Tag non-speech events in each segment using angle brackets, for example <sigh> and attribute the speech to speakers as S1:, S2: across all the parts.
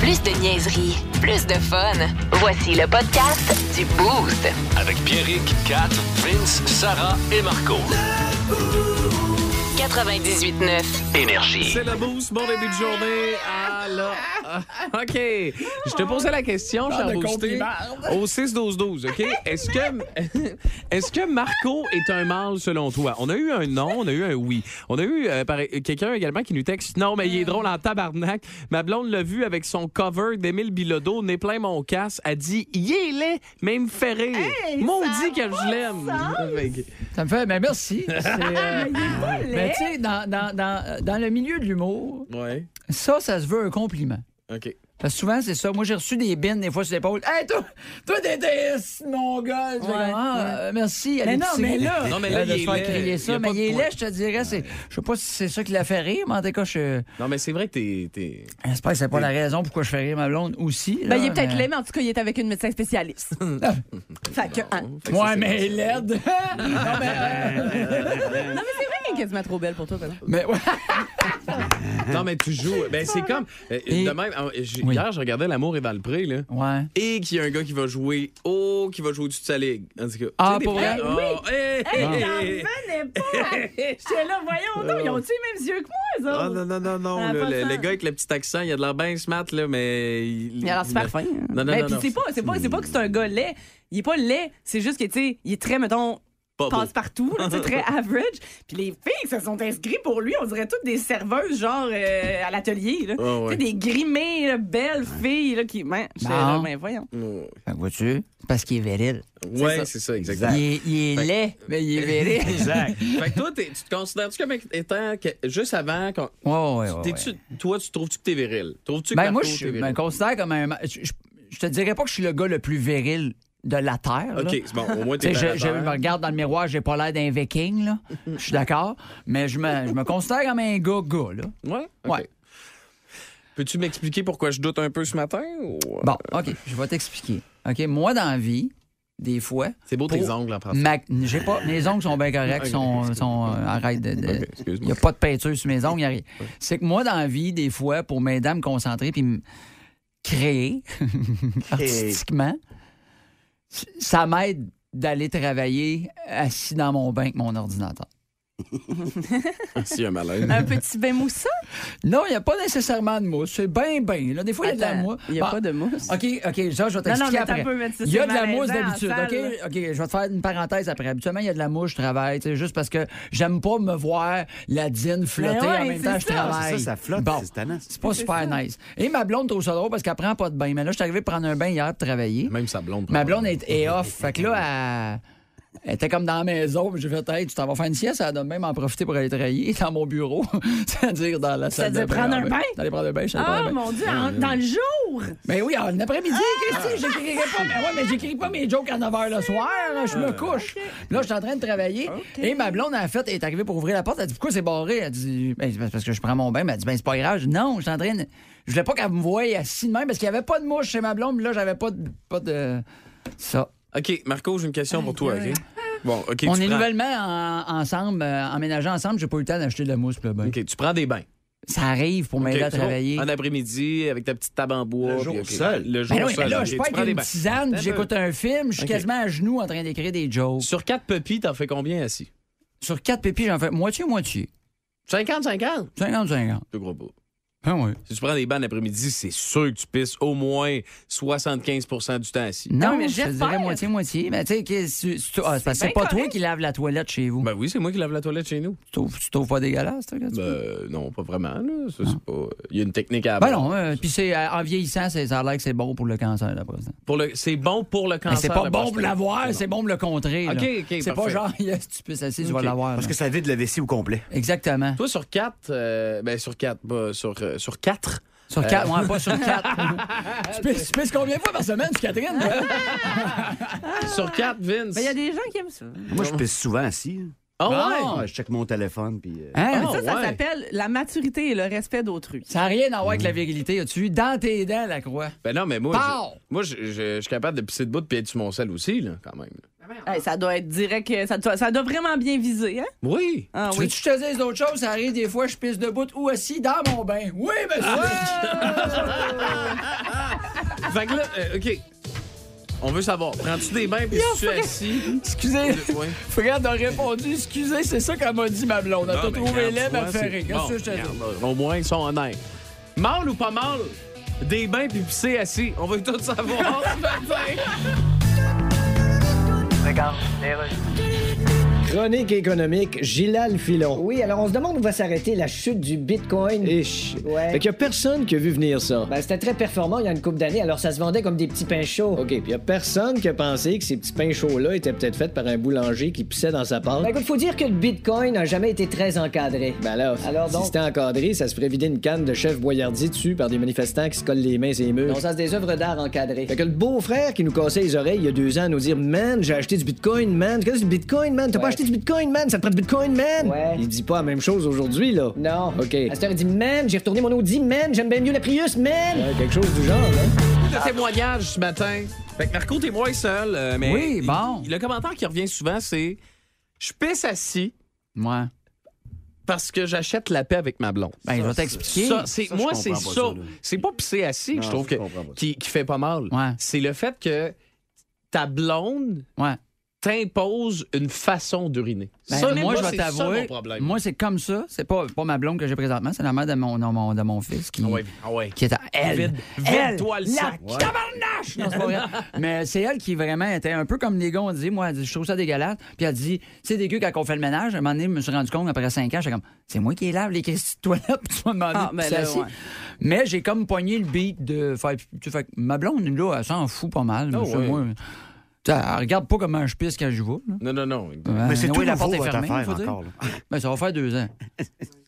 S1: Plus de niaiserie, plus de fun. Voici le podcast du Boost.
S2: Avec Pierrick, Kat, Vince, Sarah et Marco.
S1: 98.9.
S2: Énergie.
S3: C'est la bourse, bon début de journée. Ah là. Ah, <laughs> OK. Je te posais la question, cher
S4: de
S3: boosté,
S4: compliment.
S3: au 6-12-12, OK? Est-ce que, <laughs> est que Marco est un mâle selon toi? On a eu un non, on a eu un oui. On a eu euh, par- quelqu'un également qui nous texte « Non, mais il est drôle en tabarnak. Ma blonde l'a vu avec son cover d'Émile Bilodeau, « N'est plein mon casse ». Elle dit « Il est laid, mais il me fait rire. Maudit que je <laughs> l'aime.
S4: Ça me fait, mais merci. <laughs> C'est,
S5: Ah,
S4: euh, mais tu sais, dans, dans, dans, euh, dans le milieu de l'humour, »
S3: Ouais,
S4: ça, ça se veut un compliment.
S3: OK.
S4: Parce que souvent, c'est ça. Moi, j'ai reçu des bines des fois sur l'épaule. Hey, toi, toi, t'es des mon gars. ah, merci.
S5: Mais
S4: allez,
S5: non,
S4: petit-
S5: mais là-
S3: Non, mais là,
S4: Euh, de
S3: il
S4: se
S3: est
S4: faire
S3: laid.
S4: crier
S3: Il y
S4: ça.
S3: a
S4: Mais
S3: pas de
S4: il est
S3: point.
S4: laid, je te dirais. c'est- Je sais pas si c'est ça qui l'a fait rire, mais en tout cas, je.
S3: Non, mais c'est vrai que t'es- t'es...
S4: J'espère que c'est pas la raison pourquoi je fais rire ma blonde aussi.
S5: Ben,
S4: là,
S5: il est peut-être
S4: mais-
S5: laid, mais en tout cas, il est avec une médecin <laughs> spécialiste. fait que, hein. Non,
S3: Fait que ça,
S4: Ouais,
S3: c'est
S4: mais elle est
S5: <laughs>
S4: laide.
S5: euh,
S3: Euh,
S5: mais c'est vrai qu'elle est quasiment trop belle pour toi, par exemple.
S4: mais ouais.
S3: <laughs> Non, mais tu joues. Ben, c'est comme. euh,
S4: Et-
S3: De même, euh, j'ai-
S4: Oui.
S3: hier, je regardais L'amour est dans le pré, là.
S4: Ouais.
S3: Et qu'il y a un gars qui va jouer. Oh, qui va jouer au-dessus de sa ligue. En tout cas,
S4: Ah,
S3: tu sais, des
S4: pour
S3: fois-
S4: vrai?
S3: Oh, hey, hey, hey. <laughs> Euh,
S5: J'étais là, voyons, non, ils ont-tu les mêmes yeux que moi, eux
S3: Ah,
S5: autres?
S3: non, non, non, non.
S5: Ça a
S3: là,
S5: pas de
S3: le,
S5: sens.
S3: le gars avec le petit accent, il a de l'air bien smart, là, mais. Il,
S5: Il a l'air super
S3: mais-
S5: fin. hein.
S3: Non, non,
S5: Ben,
S3: non,
S5: puis
S3: non.
S5: c'est pas, c'est pas, c'est pas que c'est un gars laid. Il est pas laid, c'est juste que, tu sais, il est très, mettons,
S3: Pas beau.
S5: passe partout, là, tu sais,
S3: <laughs>
S5: très average. Puis les filles se sont inscrites pour lui, on dirait toutes des serveuses, genre euh, à l'atelier. là.
S3: Ah, ouais.
S5: Tu sais, des grimées, là, belles filles, là, qui. Ben, j'étais là,
S4: Bon.
S5: ben, voyons.
S3: Oh.
S4: Fait que vois-tu, c'est parce qu'il est viril.
S3: Ouais,
S5: ça.
S3: c'est ça, exactement.
S4: Il est, il est laid, mais il est viril.
S3: <laughs>
S4: <laughs>
S3: Exact. fait que toi, t'es- tu te considères-tu comme étant. que- juste avant. qu'on-
S4: Ouais, ouais, ouais,
S3: t'es-tu-
S4: ouais.
S3: Toi, tu trouves-tu que t'es viril? Trouves-tu que
S4: Ben, moi,
S3: Marco,
S4: je
S3: t'es
S4: suis-
S3: viril?
S4: me considère comme un. ma- Je, je- je te dirais pas que je suis le gars le plus viril de la Terre. là.
S3: OK, c'est bon. Au moins,
S4: Tu
S3: t'es
S4: sais, je, je
S3: paradaire.
S4: me regarde dans le miroir, j'ai pas l'air d'un
S3: <laughs>
S4: viking, là. Je suis d'accord. Mais je me, je me considère comme un gars-gars, là.
S3: Ouais? OK.
S4: Ouais.
S3: Peux-tu m'expliquer pourquoi je doute un peu ce matin? ou-
S4: Bon, OK, je vais t'expliquer. OK, moi, dans la vie, des fois.
S3: C'est beau tes
S4: pour
S3: ongles en français.
S4: ma- j'ai pas, mes ongles sont bien
S3: <laughs>
S4: corrects, sont, sont, euh, arrête de. de-
S3: Ok,
S4: Il
S3: excuse-moi.
S4: n'y a pas de peinture sur mes ongles. il y a rien. C'est que moi, dans la vie, des fois, pour m'aider à me concentrer puis me créer <laughs> artistiquement, ça m'aide d'aller travailler assis dans mon bain avec mon ordinateur.
S3: Si, un malaise.
S4: <laughs>
S5: <laughs> Un petit bain moussant?
S4: Non, il n'y a pas nécessairement de mousse. C'est bien, bien. là. Des fois, il y a de la
S5: Attends,
S4: mousse.
S5: Il n'y a
S4: Bon,
S5: pas de mousse.
S4: OK, OK, ça, je vais
S5: Non, non, mais
S4: t'expliquer
S5: t'as
S4: après.
S5: un peu, mais ça,
S4: Il y a
S5: c'est hein,
S4: de la mousse
S5: malaisant,
S4: d'habitude,
S5: en
S4: OK?
S5: salle,
S4: OK, je vais te faire une parenthèse après. Habituellement, il y a de la mousse, je travaille, tu sais, juste parce que j'aime pas me voir la dîne flotter
S5: Mais Ben ouais,
S4: en même
S5: c'est
S4: temps, je
S5: ça.
S4: travaille.
S6: C'est ça, ça flotte,
S4: Bon,
S6: c'est tannant, ça.
S4: c'est pas super nice. Et ma blonde trouve ça drôle parce qu'elle prend pas de bain. Mais là, je suis arrivé prendre un bain hier pour travailler.
S3: Même sa blonde.
S4: Ma blonde est, est off. fait que là, elle, elle était comme dans la maison. puis J'ai fait, hey, tu t'en vas faire une sieste. Elle a de même en profiter pour aller travailler <laughs> dans mon bureau. C'est-à-dire dans la salle.
S5: dire
S4: de bain.
S5: prendre un bain?
S4: D'aller prendre un bain, je suis allé prendre
S5: Ah,
S4: un bain.
S5: mon Dieu, en- Ah! dans le jour!
S4: Mais oui, en après-midi, Christy, j'écrirai pas, mais ouais, mais j'écris pas mes jokes à 9 h le soir, hein, je
S5: Ah,
S4: me couche. Là, je suis en train de travailler. Et ma blonde, en fait, est arrivée pour ouvrir la porte. Elle dit Pourquoi c'est barré Elle dit Ben, c'est parce que je prends mon bain. Mais Elle dit Ben, c'est pas grave. Je dis, non, je suis en train de. Je voulais pas qu'elle me voie assis de même parce qu'il y avait pas de mouche chez ma blonde. puis Là, j'avais pas de. Pas de... Ça.
S3: OK, Marco, j'ai une question pour toi, OK? Bon, OK,
S4: On
S3: tu
S4: est
S3: prends...
S4: nouvellement en- ensemble, euh, emménagés ensemble. J'ai pas eu le temps d'acheter de la mousse pour le bain.
S3: OK, tu prends des bains.
S4: Ça arrive pour m'aider
S3: OK,
S4: à
S3: c'est bon.
S4: travailler.
S3: En après-midi, avec ta petite table en bois.
S6: Le
S3: puis,
S6: jour
S3: OK.
S6: seul.
S3: Le jour
S4: Ben oui,
S3: seul.
S4: mais là,
S3: OK,
S4: je
S3: tu
S4: pas
S3: prends des
S4: avec une
S3: bains.
S4: tisane, puis j'écoute un film, je suis
S3: OK.
S4: quasiment à genoux en train d'écrire des jokes.
S3: Sur quatre pupilles, t'en fais combien assis?
S4: Sur quatre pépis, j'en fais moitié-moitié.
S3: 50-50?
S4: 50-50.
S3: Je gros pas.
S4: Ah oui.
S3: Si tu prends des bains l'après-midi, c'est sûr que tu pisses au moins 75 du temps assis.
S4: Non,
S5: Ah oui, mais
S4: mais je te
S5: j'espère.
S4: dirais moitié-moitié. Mais tu sais, que si- si tu- ah, c'est parce que
S5: bien
S4: c'est pas toi
S5: correct.
S4: qui laves la toilette chez vous. Ben
S3: Ben oui, c'est moi qui lave la toilette chez nous.
S4: Tu trouves- tu trouves pas dégueulasse, toi, quand tu fais?
S3: Ben non, pas vraiment, là. Ça, c'est pas... Il y a une technique à
S4: Ben
S3: avoir.
S4: non, euh, puis c'est euh, en vieillissant, c'est- ça a l'air que c'est bon pour le cancer, la prostate.
S3: Pour le... C'est bon pour le
S4: Mais
S3: cancer.
S4: c'est pas
S3: la
S4: bon
S3: prostate.
S4: pour l'avoir, c'est bon pour le contrer. là.
S3: OK, OK,
S4: C'est pas
S3: parfait.
S4: genre, <laughs> yes, tu peux s'asseoir, tu vas
S3: OK.
S4: l'avoir.
S6: Parce
S4: là.
S6: que ça vide le vessie au complet.
S4: Exactement.
S3: Toi, sur 4, ben sur 4, sur, euh, sur Euh, 4,
S4: Sur quatre, ouais, pas sur quatre.
S3: <laughs>
S4: tu, pisses, tu pisses combien de fois par semaine, tu Catherine? toi?
S3: sur 4, Vince.
S5: Ben, il y a des gens qui aiment ça.
S6: Moi, je pisse souvent assis. hein.
S3: Ah ouais?
S4: Bon.
S6: Ouais, je check mon téléphone, puis... euh,
S4: Hein?
S3: Ah,
S5: ça, ça
S3: ouais.
S5: s'appelle la maturité et le respect d'autrui.
S4: Ça n'a rien à voir avec la virilité. As-tu eu dans tes dents la croix?
S3: Ben non, mais moi,
S4: Pow!
S3: je, moi, je, je- je suis capable de pisser debout puis être sur mon sel aussi, là, quand même.
S5: Hey, ça doit être direct, euh, ça doit, ça doit vraiment bien viser, hein?
S3: Oui!
S5: Ah
S4: Tu
S5: oui.
S4: veux que je te dise d'autres choses?
S7: Ah,
S4: Ça arrive des fois, je pisse debout ou assis dans mon bain. Oui, monsieur!
S3: Fait que là, euh, OK. On veut savoir. Prends-tu des bains puis si tu es assis?
S4: Excusez.
S3: Ouais.
S4: Fred a répondu, excusez, c'est ça qu'elle m'a dit, ma blonde. Elle
S3: Ah,
S4: t'a
S3: ben,
S4: trouvé
S3: regarde,
S4: laid,
S3: tu
S4: m'a
S3: vois,
S4: fait
S3: c'est-
S4: rire.
S3: bon,
S4: Qu'est-ce que je te dis?
S3: regarde, là, Au moins, ils sont honnêtes. Mal ou pas mal? Des bains puis pisser assis. On veut tout
S4: <laughs>
S3: savoir ce matin.
S7: Chronique économique, Gilal Filon.
S8: Oui, alors on se demande où va s'arrêter la chute du Bitcoin.
S7: Ish.
S8: Ouais.
S7: Fait qu'il y a personne qui a vu venir ça.
S8: Ben, c'était très performant il y a une couple d'années, alors ça se vendait comme des petits pains chauds.
S7: OK, puis il y a personne qui a pensé que ces petits pains chauds-là étaient peut-être faits par un boulanger qui pissait dans sa pâte.
S8: Ben, écoute, faut dire que le Bitcoin n'a jamais été très encadré.
S7: Ben là,
S8: Alors
S7: si
S8: donc-
S7: c'était encadré, ça se ferait vider une canne de chef boyardier dessus par des manifestants qui se collent les mains et les murs.
S8: Dans le sens des œuvres d'art encadrées.
S7: Fait que le beau-frère qui nous cassait les oreilles il y a deux ans à nous dire Man, j'ai acheté du bitcoin, man. Qu'est-ce que c'est du bitcoin, man? T'as pas
S8: Ouais.
S7: acheté du bitcoin, man? Ça te prend du bitcoin, man?
S8: Ouais.
S7: Il dit pas la même chose aujourd'hui, là.
S8: Non.
S7: OK.
S8: À cette heure, il dit Man, j'ai retourné mon Audi, man, j'aime bien mieux la Prius, man!
S7: Ouais, quelque chose du genre, hein?
S3: de témoignage ce matin. Fait que Marco, t'es moins seul. euh, mais
S4: Oui,
S3: il-
S4: bon.
S3: Le commentaire qui revient souvent, c'est Je pisse assis
S4: Ouais.
S3: parce que j'achète la paix avec ma blonde.
S4: Ben, je vais t'expliquer.
S3: Ça, c'est,
S6: ça, je
S3: moi,
S6: comprends
S3: c'est
S6: pas
S3: ça.
S6: ça, là.
S3: c'est pas pisser assis que je
S6: Non,
S3: trouve
S6: je
S3: que,
S6: comprends pas ça.
S3: qui, qui fait pas mal.
S4: Ouais.
S3: C'est le fait que ta blonde
S4: Ouais.
S3: t'impose une façon d'uriner.
S4: Ben,
S3: Ça,
S4: moi, je vais
S3: c'est ça, mon
S4: t'avouer.
S3: problème.
S4: Moi, c'est comme ça. C'est pas, pas ma blonde que j'ai présentement, c'est la mère de mon, non, mon- de mon fils qui,
S3: Ah ouais, ah ouais.
S4: qui est à elle.
S3: Vide-
S4: elle,
S3: vide-toi le
S4: la
S3: sac. Ouais.
S4: tabarnache! Non, c'est pas vrai. Mais c'est elle qui vraiment était un peu comme les gars, on dit, moi, elle dit, je trouve ça dégueulasse. Puis elle dit, c'est dégueu quand on fait le ménage. À un moment donné, je me suis rendu compte, après 5 ans, j'étais comme, c'est moi qui les lave les crises de toilette, <laughs> puis tu m'as demandé
S5: Ah,
S4: de
S5: ben
S4: pisser
S5: là,
S4: assis.
S5: ouais.
S4: Mais j'ai comme pogné le beat de faire. Tu fais, ma blonde, là, elle s'en fout pas mal.
S3: Ah
S4: mais ça,
S3: ouais.
S4: moi, tu sais, elle regarde pas comment je pisse quand je vais. là.
S3: Non, non, non.
S4: Euh,
S6: Mais c'est
S4: anyway,
S6: tout
S4: la porte
S6: nouveau,
S4: est
S6: votre
S4: fermée,
S6: affaire,
S4: faut dire.
S6: encore. là.
S4: Ben, ça va faire deux ans.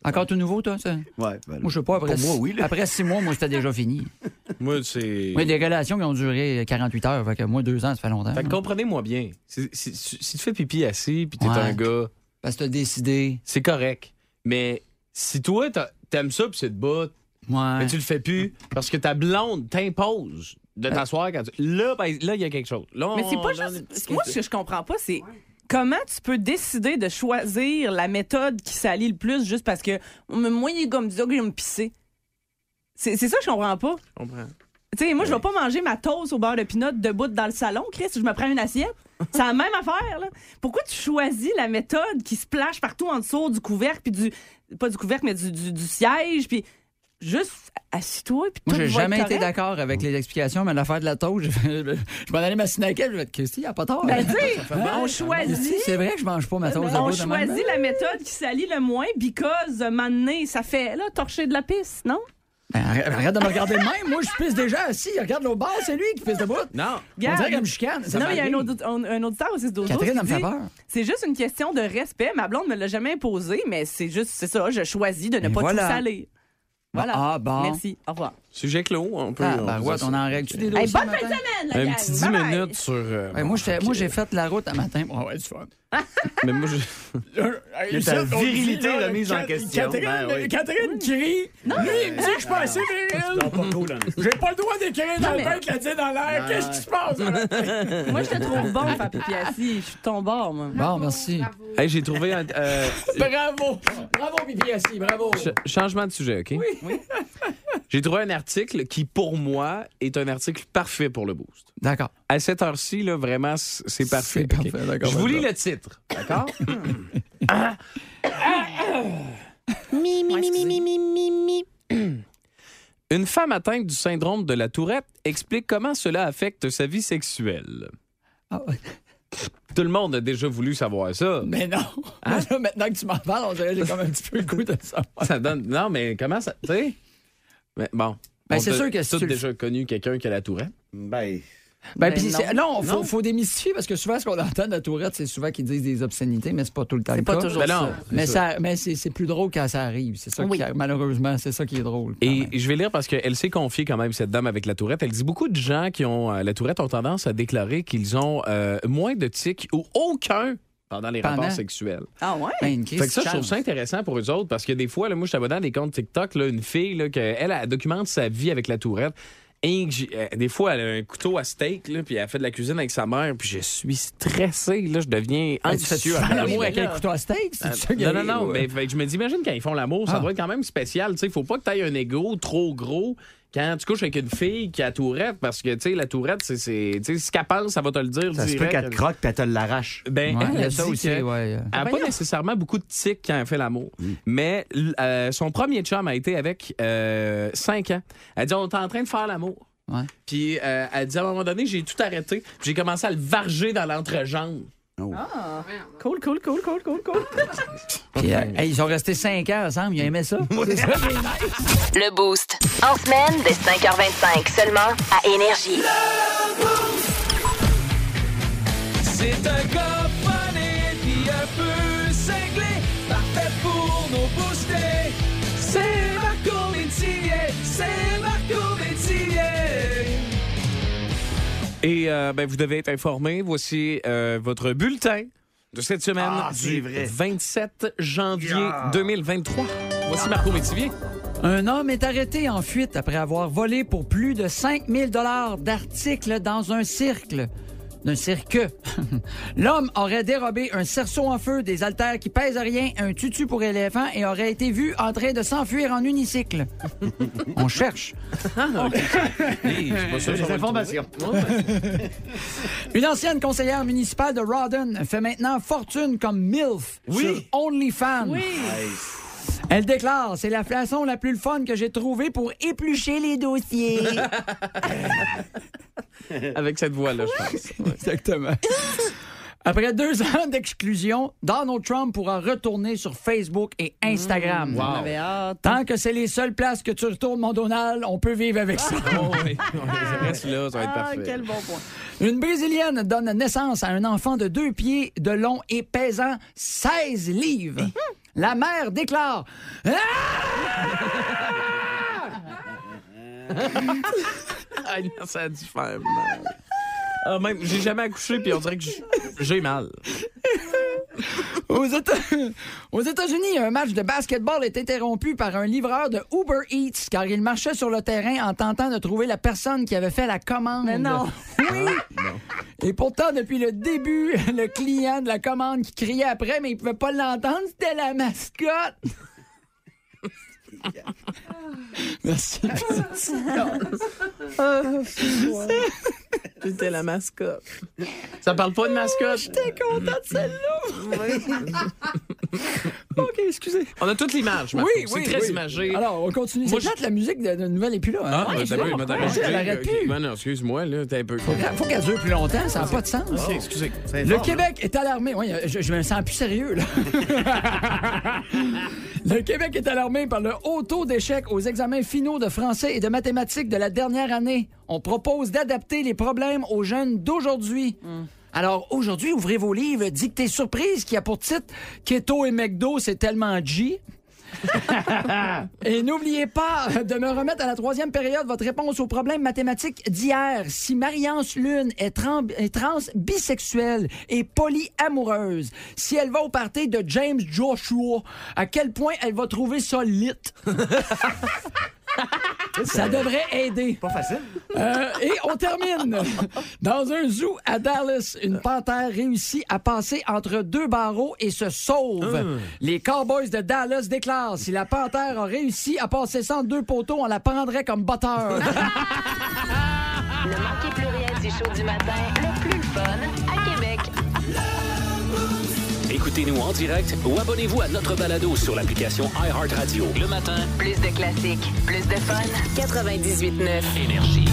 S4: Encore tout nouveau, toi, ça?
S6: Ouais, ben,
S4: Moi, je sais pas. Après,
S6: Pour moi,
S4: six-
S6: oui, là.
S4: après six mois, moi, c'était déjà fini.
S3: Moi, c'est.
S4: Oui, des relations qui ont duré 48 heures. Fait que moi, deux ans, ça fait longtemps.
S3: Fait que comprenez-moi bien. Si, si- si tu fais pipi assis puis t'es
S4: Ouais.
S3: un gars
S4: Parce que t'as décidé.
S3: c'est correct. Mais si toi, t'a- t'aimes ça, puis c'est de bout,
S4: Ouais.
S3: mais tu le fais plus parce que ta blonde t'impose de
S4: Ben.
S3: t'asseoir quand tu. Là, ben, là, il y a quelque chose. Là,
S5: Mais c'est
S3: on-
S5: pas
S3: on-
S5: juste. ce que Moi, ce que je comprends pas, c'est comment tu peux décider de choisir la méthode qui s'allie le plus juste parce que moi, il est comme ça que je me pisser. C'est c'est ça que je comprends pas.
S3: Je comprends.
S5: Tu sais, moi, je vais pas manger ma toast au beurre de pinot debout dans le salon, Chris. Je me prends une assiette. C'est la même affaire, là. Pourquoi tu choisis la méthode qui se plage partout en dessous du couvercle, puis du. Pas du couvercle, mais du, du- du siège, puis juste assis-toi, puis
S4: Moi,
S5: tout
S4: j'ai
S5: va être
S4: jamais été
S5: correct.
S4: d'accord avec les explications, mais l'affaire de la taupe, <laughs> je, je m'en allais m'assiner avec elle. Je vais être Christy, y a pas tort.
S5: Ben, tu sais, on
S4: Christy,
S5: choisit.
S4: c'est vrai que je mange pas ma sauce de
S5: Ben, On
S4: bois de même.
S5: choisit la méthode qui s'allie le moins because euh, mané, ça fait là torcher de la piste, non
S4: Ben, arrête, arrête de me regarder de même. Moi, je pisse déjà assis. Regarde l'au bas, Bah, c'est lui qui pisse debout.
S3: Non.
S4: On
S5: Regarde.
S4: dirait qu'elle me chicane. Ça
S5: non, mais il y a un,
S4: m'arrive.
S5: audi- un- un auditeur aussi de
S4: Catherine, elle me fait peur.
S5: C'est juste une question de respect. Ma blonde me l'a jamais imposé, mais c'est juste, c'est ça, je choisis de ne
S4: Mais
S5: pas
S4: voilà.
S5: tout saler. Voilà.
S4: Ah, bon.
S5: Merci. Au revoir.
S3: Sujet clos, on peut.
S4: Ah,
S3: on-
S4: ben, ouais, on en règle-tu des
S5: Hey,
S4: dossiers Ben,
S5: bonne
S4: matin?
S5: fin de semaine, la
S3: Un
S5: gang.
S3: petit 10
S5: Bye bye.
S3: minutes sur. euh,
S4: Ouais,
S3: bon,
S4: moi, j'étais-
S3: ok.
S4: moi, j'ai fait la route un matin. Ouais, ouais, du fun.
S5: Ah,
S3: Mais moi, je-
S5: <laughs>
S4: Euh,
S6: Mais ta virilité remise en
S4: Cat-
S6: question,
S4: Catherine,
S6: ben oui.
S4: Catherine qui rit. Lui, il me dit que je suis pas assez viril.
S6: pas cool, hein.
S4: J'ai pas le droit d'écrire dans le bain la dire dans l'air. Qu'est-ce qui se passe?
S5: Moi, je te trouve bon, Papi Piassi. Je suis de ton bord, moi.
S4: Bon, merci.
S3: Hey, j'ai trouvé un. euh,
S4: Bravo. Bravo, Pipiassi. Bravo.
S3: ch- changement de sujet, OK? Oui. <laughs> J'ai trouvé un article qui, pour moi, est un article parfait pour le boost.
S4: D'accord.
S3: à cette heure-ci, là, vraiment, c- c'est parfait.
S4: C'est parfait,
S3: Ok.
S4: d'accord,
S3: Je vous lis
S4: d'accord.
S3: le titre, d'accord?
S4: <laughs>
S3: <clears throat> Une femme atteinte du syndrome de la tourette explique comment cela affecte sa vie sexuelle.
S4: Ah ouais.
S3: Tout le monde a déjà voulu savoir ça. Hein?
S4: Mais non. Là, maintenant que tu m'en parles, on dirait que j'ai comme un petit peu le
S3: <laughs>
S4: goût de ça.
S3: Ça donne. Non, mais comment ça. Tu sais? Mais bon.
S4: Ben,
S3: On
S4: c'est
S3: t'a
S4: sûr que si
S3: tous
S4: tu le-
S3: déjà connu quelqu'un qui a la tourette.
S6: Ben,
S4: Ben,
S5: Ben
S4: puis
S5: non.
S4: c'est- non, faut, faut démystifier parce que souvent, ce qu'on entend de la tourette, c'est souvent qu'ils disent des obscénités, mais c'est pas tout le temps.
S5: C'est
S4: le
S5: pas
S4: cas.
S5: toujours
S3: Ben non,
S5: ça.
S3: c'est
S4: Mais,
S3: ça.
S4: ça, mais c'est c'est plus drôle quand ça arrive. C'est ça
S5: Oui.
S4: qui, malheureusement, c'est ça qui est drôle. quand même.
S3: Et je vais lire parce qu'elle s'est confiée quand même, cette dame avec la tourette. Elle dit beaucoup de gens qui ont euh, la tourette ont tendance à déclarer qu'ils ont euh, moins de tics ou aucun pendant les
S4: Pendant.
S3: rapports sexuels.
S5: Ah ouais?
S4: Ben, une crise
S3: Fait que ça,
S4: de
S3: je trouve
S4: chance.
S3: ça intéressant pour eux autres parce que des fois, là, moi, je t'abonne à des comptes TikTok, là, une fille, là, que, elle, elle, documente sa vie avec la tourette. Et que j'ai- euh, des fois, elle a un couteau à steak, là, puis elle fait de la cuisine avec sa mère, puis je suis stressé, là, je deviens
S5: Ah,
S4: Ben, tu fais
S3: anxieux. après
S4: l'amour
S3: l'amour.
S4: avec un couteau à steak, c'est ça qui
S3: Non, non,
S4: arrive,
S3: non,
S4: ouais.
S3: mais fait que je me dis, imagine quand ils font l'amour, ça
S4: Ah.
S3: doit être quand même spécial. Tu sais, faut pas que tu aies un ego trop gros quand tu couches avec une fille qui a tourette, parce que, tu sais, la tourette, c'est, c'est, tu sais, ce qu'elle pense, ça va te le dire
S9: Ça se peut
S3: direct.
S9: qu'elle te croque puis elle te l'arrache.
S3: Ben,
S4: Ouais,
S3: elle
S4: il y a
S3: a
S4: ça
S3: dit
S4: aussi,
S3: que-
S4: ouais.
S3: Elle n'a pas nécessairement beaucoup de tics quand elle fait l'amour.
S9: Mm.
S3: Mais l- euh, son premier chum a été avec 5 ans. Elle dit On est en train de faire l'amour.
S4: Ouais.
S3: Puis euh, elle dit À un moment donné, j'ai tout arrêté. puis J'ai commencé à le varger dans l'entrejambe.
S5: Cool, cool, cool, cool, cool, cool.
S4: Puis, euh, hey, ils sont restés 5 ans ensemble, ils aimaient ça. C'est ça qui est nice.
S1: <laughs> Le Boost. En semaine, dès 5h25, seulement à Énergie.
S3: C'est un gars funny, puis un peu cinglé. Parfait pour nos booster. C'est Marco Métivier. C'est Marco Métivier. Et euh, ben, vous devez être informé. Voici euh, votre bulletin de cette semaine
S9: Ah, c'est
S3: du
S9: vrai.
S3: 27 janvier
S9: Yeah.
S3: 2023. Voici Marco
S9: <laughs>
S3: Métivier.
S4: Un homme est arrêté en fuite après avoir volé pour plus de 5000 dollars d'articles dans un cirque. D'un cirque. <laughs> L'homme aurait dérobé un cerceau en feu, des haltères qui pèsent rien, un tutu pour éléphant et aurait été vu en train de s'enfuir en unicycle.
S3: <laughs>
S4: On cherche.
S3: Ah,
S6: <laughs> Des informations.
S4: Une ancienne conseillère municipale de Rawdon fait maintenant fortune comme MILF sur OnlyFans. Elle déclare, c'est la façon la plus fun que j'ai trouvée pour éplucher les dossiers.
S3: Avec cette voix-là, je pense.
S4: Exactement. Après deux <laughs> ans d'exclusion, Donald Trump pourra retourner sur Facebook et Instagram.
S5: On avait hâte.
S4: Tant que c'est les seules places que tu retournes, mon Donald, on peut vivre avec ça.
S3: <laughs> Oh, oui. Reste là, ça va être
S5: Ah,
S3: parfait.
S5: quel bon point.
S4: Une Brésilienne donne naissance à un enfant de deux pieds de long et pesant 16 livres.
S5: Mmh.
S4: La mère déclare
S3: <laughs> Ah, non, ça a dû faire mal. Ah, même, j'ai jamais accouché, puis on dirait que j'- j'ai mal.
S4: Aux Éta- <laughs> aux États-Unis, un match de basketball est interrompu par un livreur de Uber Eats car il marchait sur le terrain en tentant de trouver la personne qui avait fait la commande.
S5: Mais non.
S4: Oui. Et pourtant, depuis le début, <laughs> le client de la commande qui criait après, mais il pouvait pas l'entendre, c'était
S3: <laughs>
S4: la mascotte. Merci. Ah,
S3: <laughs> C'était la mascotte. Ça parle pas de
S4: Ah,
S3: mascotte.
S4: Content de celle-là. OK, excusez.
S3: On a toute l'image, Marco.
S4: Oui,
S3: C'est
S4: oui,
S3: très
S4: oui.
S3: imagé.
S4: Alors, on continue. C'est
S3: Moi, je-
S4: plate, la musique de, de nouvelle est plus là. hein?
S3: Ah, ben, t'as vu, moi, t'as
S4: Ouais,
S3: rajouté,
S4: elle arrête
S3: euh,
S4: plus.
S3: ben non, excuse-moi, là, t'es un peu.
S4: Faut qu'elle dure plus longtemps, ça n'a pas de sens.
S6: Excusez. Ah, C'est
S4: Le
S6: fort, là.
S4: Québec est alarmé. Oui, je, je me sens plus
S6: <laughs>
S4: sérieux, là. le Québec est alarmé par le haut taux d'échec aux examens finaux de français et de mathématiques de la dernière année. On propose d'adapter les problèmes aux jeunes d'aujourd'hui.
S6: Hmm.
S4: Alors, aujourd'hui, ouvrez vos livres. Dictée surprise qui a pour titre Keto et McDo, c'est tellement G. <laughs> Et n'oubliez pas de me remettre à la troisième période votre réponse au problème mathématique d'hier. Si Mariance Lune est, tran- est trans bisexuelle et polyamoureuse, si elle va au party de James Joshua, à quel point elle va trouver ça lit? <laughs> ça devrait aider.
S6: Pas facile.
S4: Euh, et
S6: <laughs>
S4: on termine. Dans un zoo à Dallas, une panthère réussit à passer entre deux barreaux et se sauve.
S6: Hein.
S4: Les Cowboys de Dallas déclarent si la panthère a réussi à passer sans deux poteaux, on la prendrait comme batteur.
S1: Ne manquez plus rien du show du matin, le plus fun à Québec.
S2: Écoutez-nous en direct ou abonnez-vous à notre balado sur l'application iHeartRadio. Le matin,
S1: Plus de classiques, plus de fun. 98.9.
S2: énergie.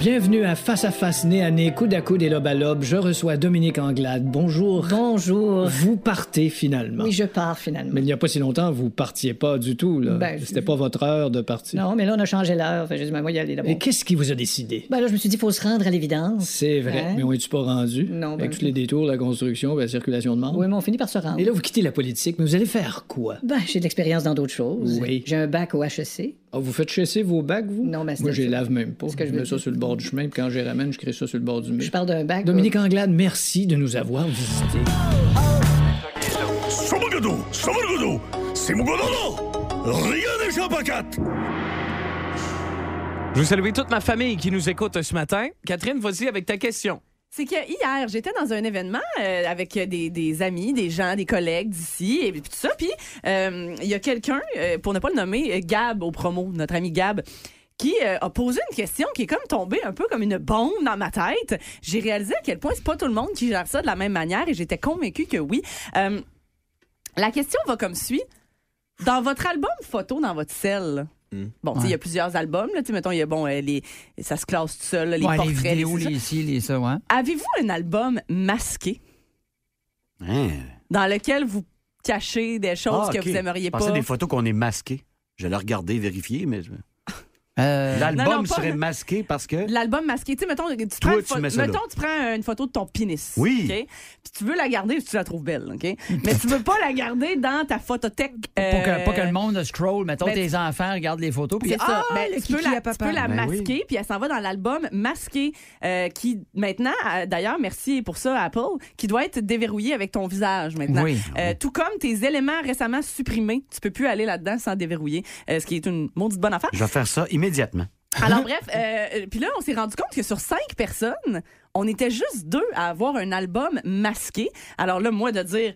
S8: Bienvenue à Face à Face, nez à nez, coude à coude et lobe à lobe. Je reçois Dominique Anglade. Bonjour.
S10: Bonjour.
S8: Vous partez finalement.
S10: Oui, je pars finalement.
S8: Mais il n'y a pas si longtemps, vous partiez pas du tout. Là.
S10: Ben,
S8: C'était pas votre heure de partir.
S10: Non, mais là, on a changé l'heure. Fait que J'ai dit, ben, moi, y aller d'abord.
S8: Et qu'est-ce qui vous a décidé?
S10: Ben là, je me suis dit, il faut se rendre à l'évidence.
S8: C'est vrai,
S10: Hein?
S8: mais on est-tu pas rendu?
S10: Non, ben-
S8: Avec tous les détours, la construction, ben, la circulation de membres.
S10: Oui, mais on finit par se rendre.
S8: Et là, vous quittez la politique, mais vous allez faire <laughs> quoi?
S10: Ben, j'ai de l'expérience dans d'autres choses.
S8: Oui.
S10: J'ai un bac au E HEC.
S8: Ah, vous faites chasser vos bacs, vous?
S10: Non, mais c'est-
S8: Moi, je les lave même pas.
S10: C'est ce que je
S8: je
S10: veux
S8: mets ça
S10: dire.
S8: sur le bord du chemin, puis quand je les ramène, je crée ça sur le bord du mur.
S10: Je parle d'un bac.
S8: Dominique Anglade, merci de nous avoir visités.
S9: C'est mon Rien n'échappe à quatre!
S3: Je veux saluer toute ma famille qui nous écoute ce matin. Catherine, vas-y avec ta question.
S5: C'est que hier, j'étais dans un événement euh, avec des, des amis, des gens, des collègues d'ici et puis tout ça. Puis euh, il y a quelqu'un, euh, pour ne pas le nommer, euh, Gab au promo, notre ami Gab, qui euh, a posé une question qui est comme tombée un peu comme une bombe dans ma tête. J'ai réalisé à quel point c'est pas tout le monde qui gère ça de la même manière et j'étais convaincue que oui. Euh, la question va comme suit. Dans votre album photo, dans votre selle,
S4: Hmm.
S5: Bon, tu sais, il y a plusieurs albums. Là, Tu sais, mettons, il y a bon, euh, les, ça se classe tout seul, là, les
S4: Ouais,
S5: portraits,
S4: les vidéos,
S5: les-
S4: les ici, les ça, ouais.
S5: Avez-vous un album masqué
S6: Hein?
S5: dans lequel vous cachez des choses
S6: Ah,
S5: que vous aimeriez pas?
S6: Pensez des photos qu'on est masquées. Je vais regarder, vérifier, mais. L'album
S5: Euh, Non, non, pas-
S6: serait masqué parce que.
S5: L'album masqué, tu sais, mettons, tu
S6: Toi,
S5: prends, une
S6: tu
S5: pho-
S6: mets ça là.
S5: mettons, tu prends une photo de ton pénis.
S6: Oui.
S5: OK? Puis tu veux la garder parce que tu la trouves belle, OK? Mais tu veux pas la garder dans ta photothèque.
S4: Pour que,
S5: euh,
S4: pas que le monde scroll, mettons
S5: ben,
S4: tes enfants regardent les photos, puis
S5: C'est ça.
S4: ah,
S5: Ben,
S4: le
S5: tu, peux
S4: kiki
S5: la,
S4: à papa.
S5: tu peux la
S4: Ben oui.
S5: masquer, puis elle s'en va dans l'album Masqué, euh, qui maintenant, euh, d'ailleurs, merci pour ça, Apple, qui doit être déverrouillé avec ton visage maintenant.
S4: Oui.
S5: Euh, tout comme tes éléments récemment supprimés, tu peux plus aller là-dedans sans déverrouiller, euh, ce qui est une maudite bonne affaire.
S6: Je vais faire ça immédiatement.
S5: Alors bref, euh, euh, puis là, on s'est rendu compte que sur cinq personnes, on était juste deux à avoir un album masqué. Alors là, moi, de dire...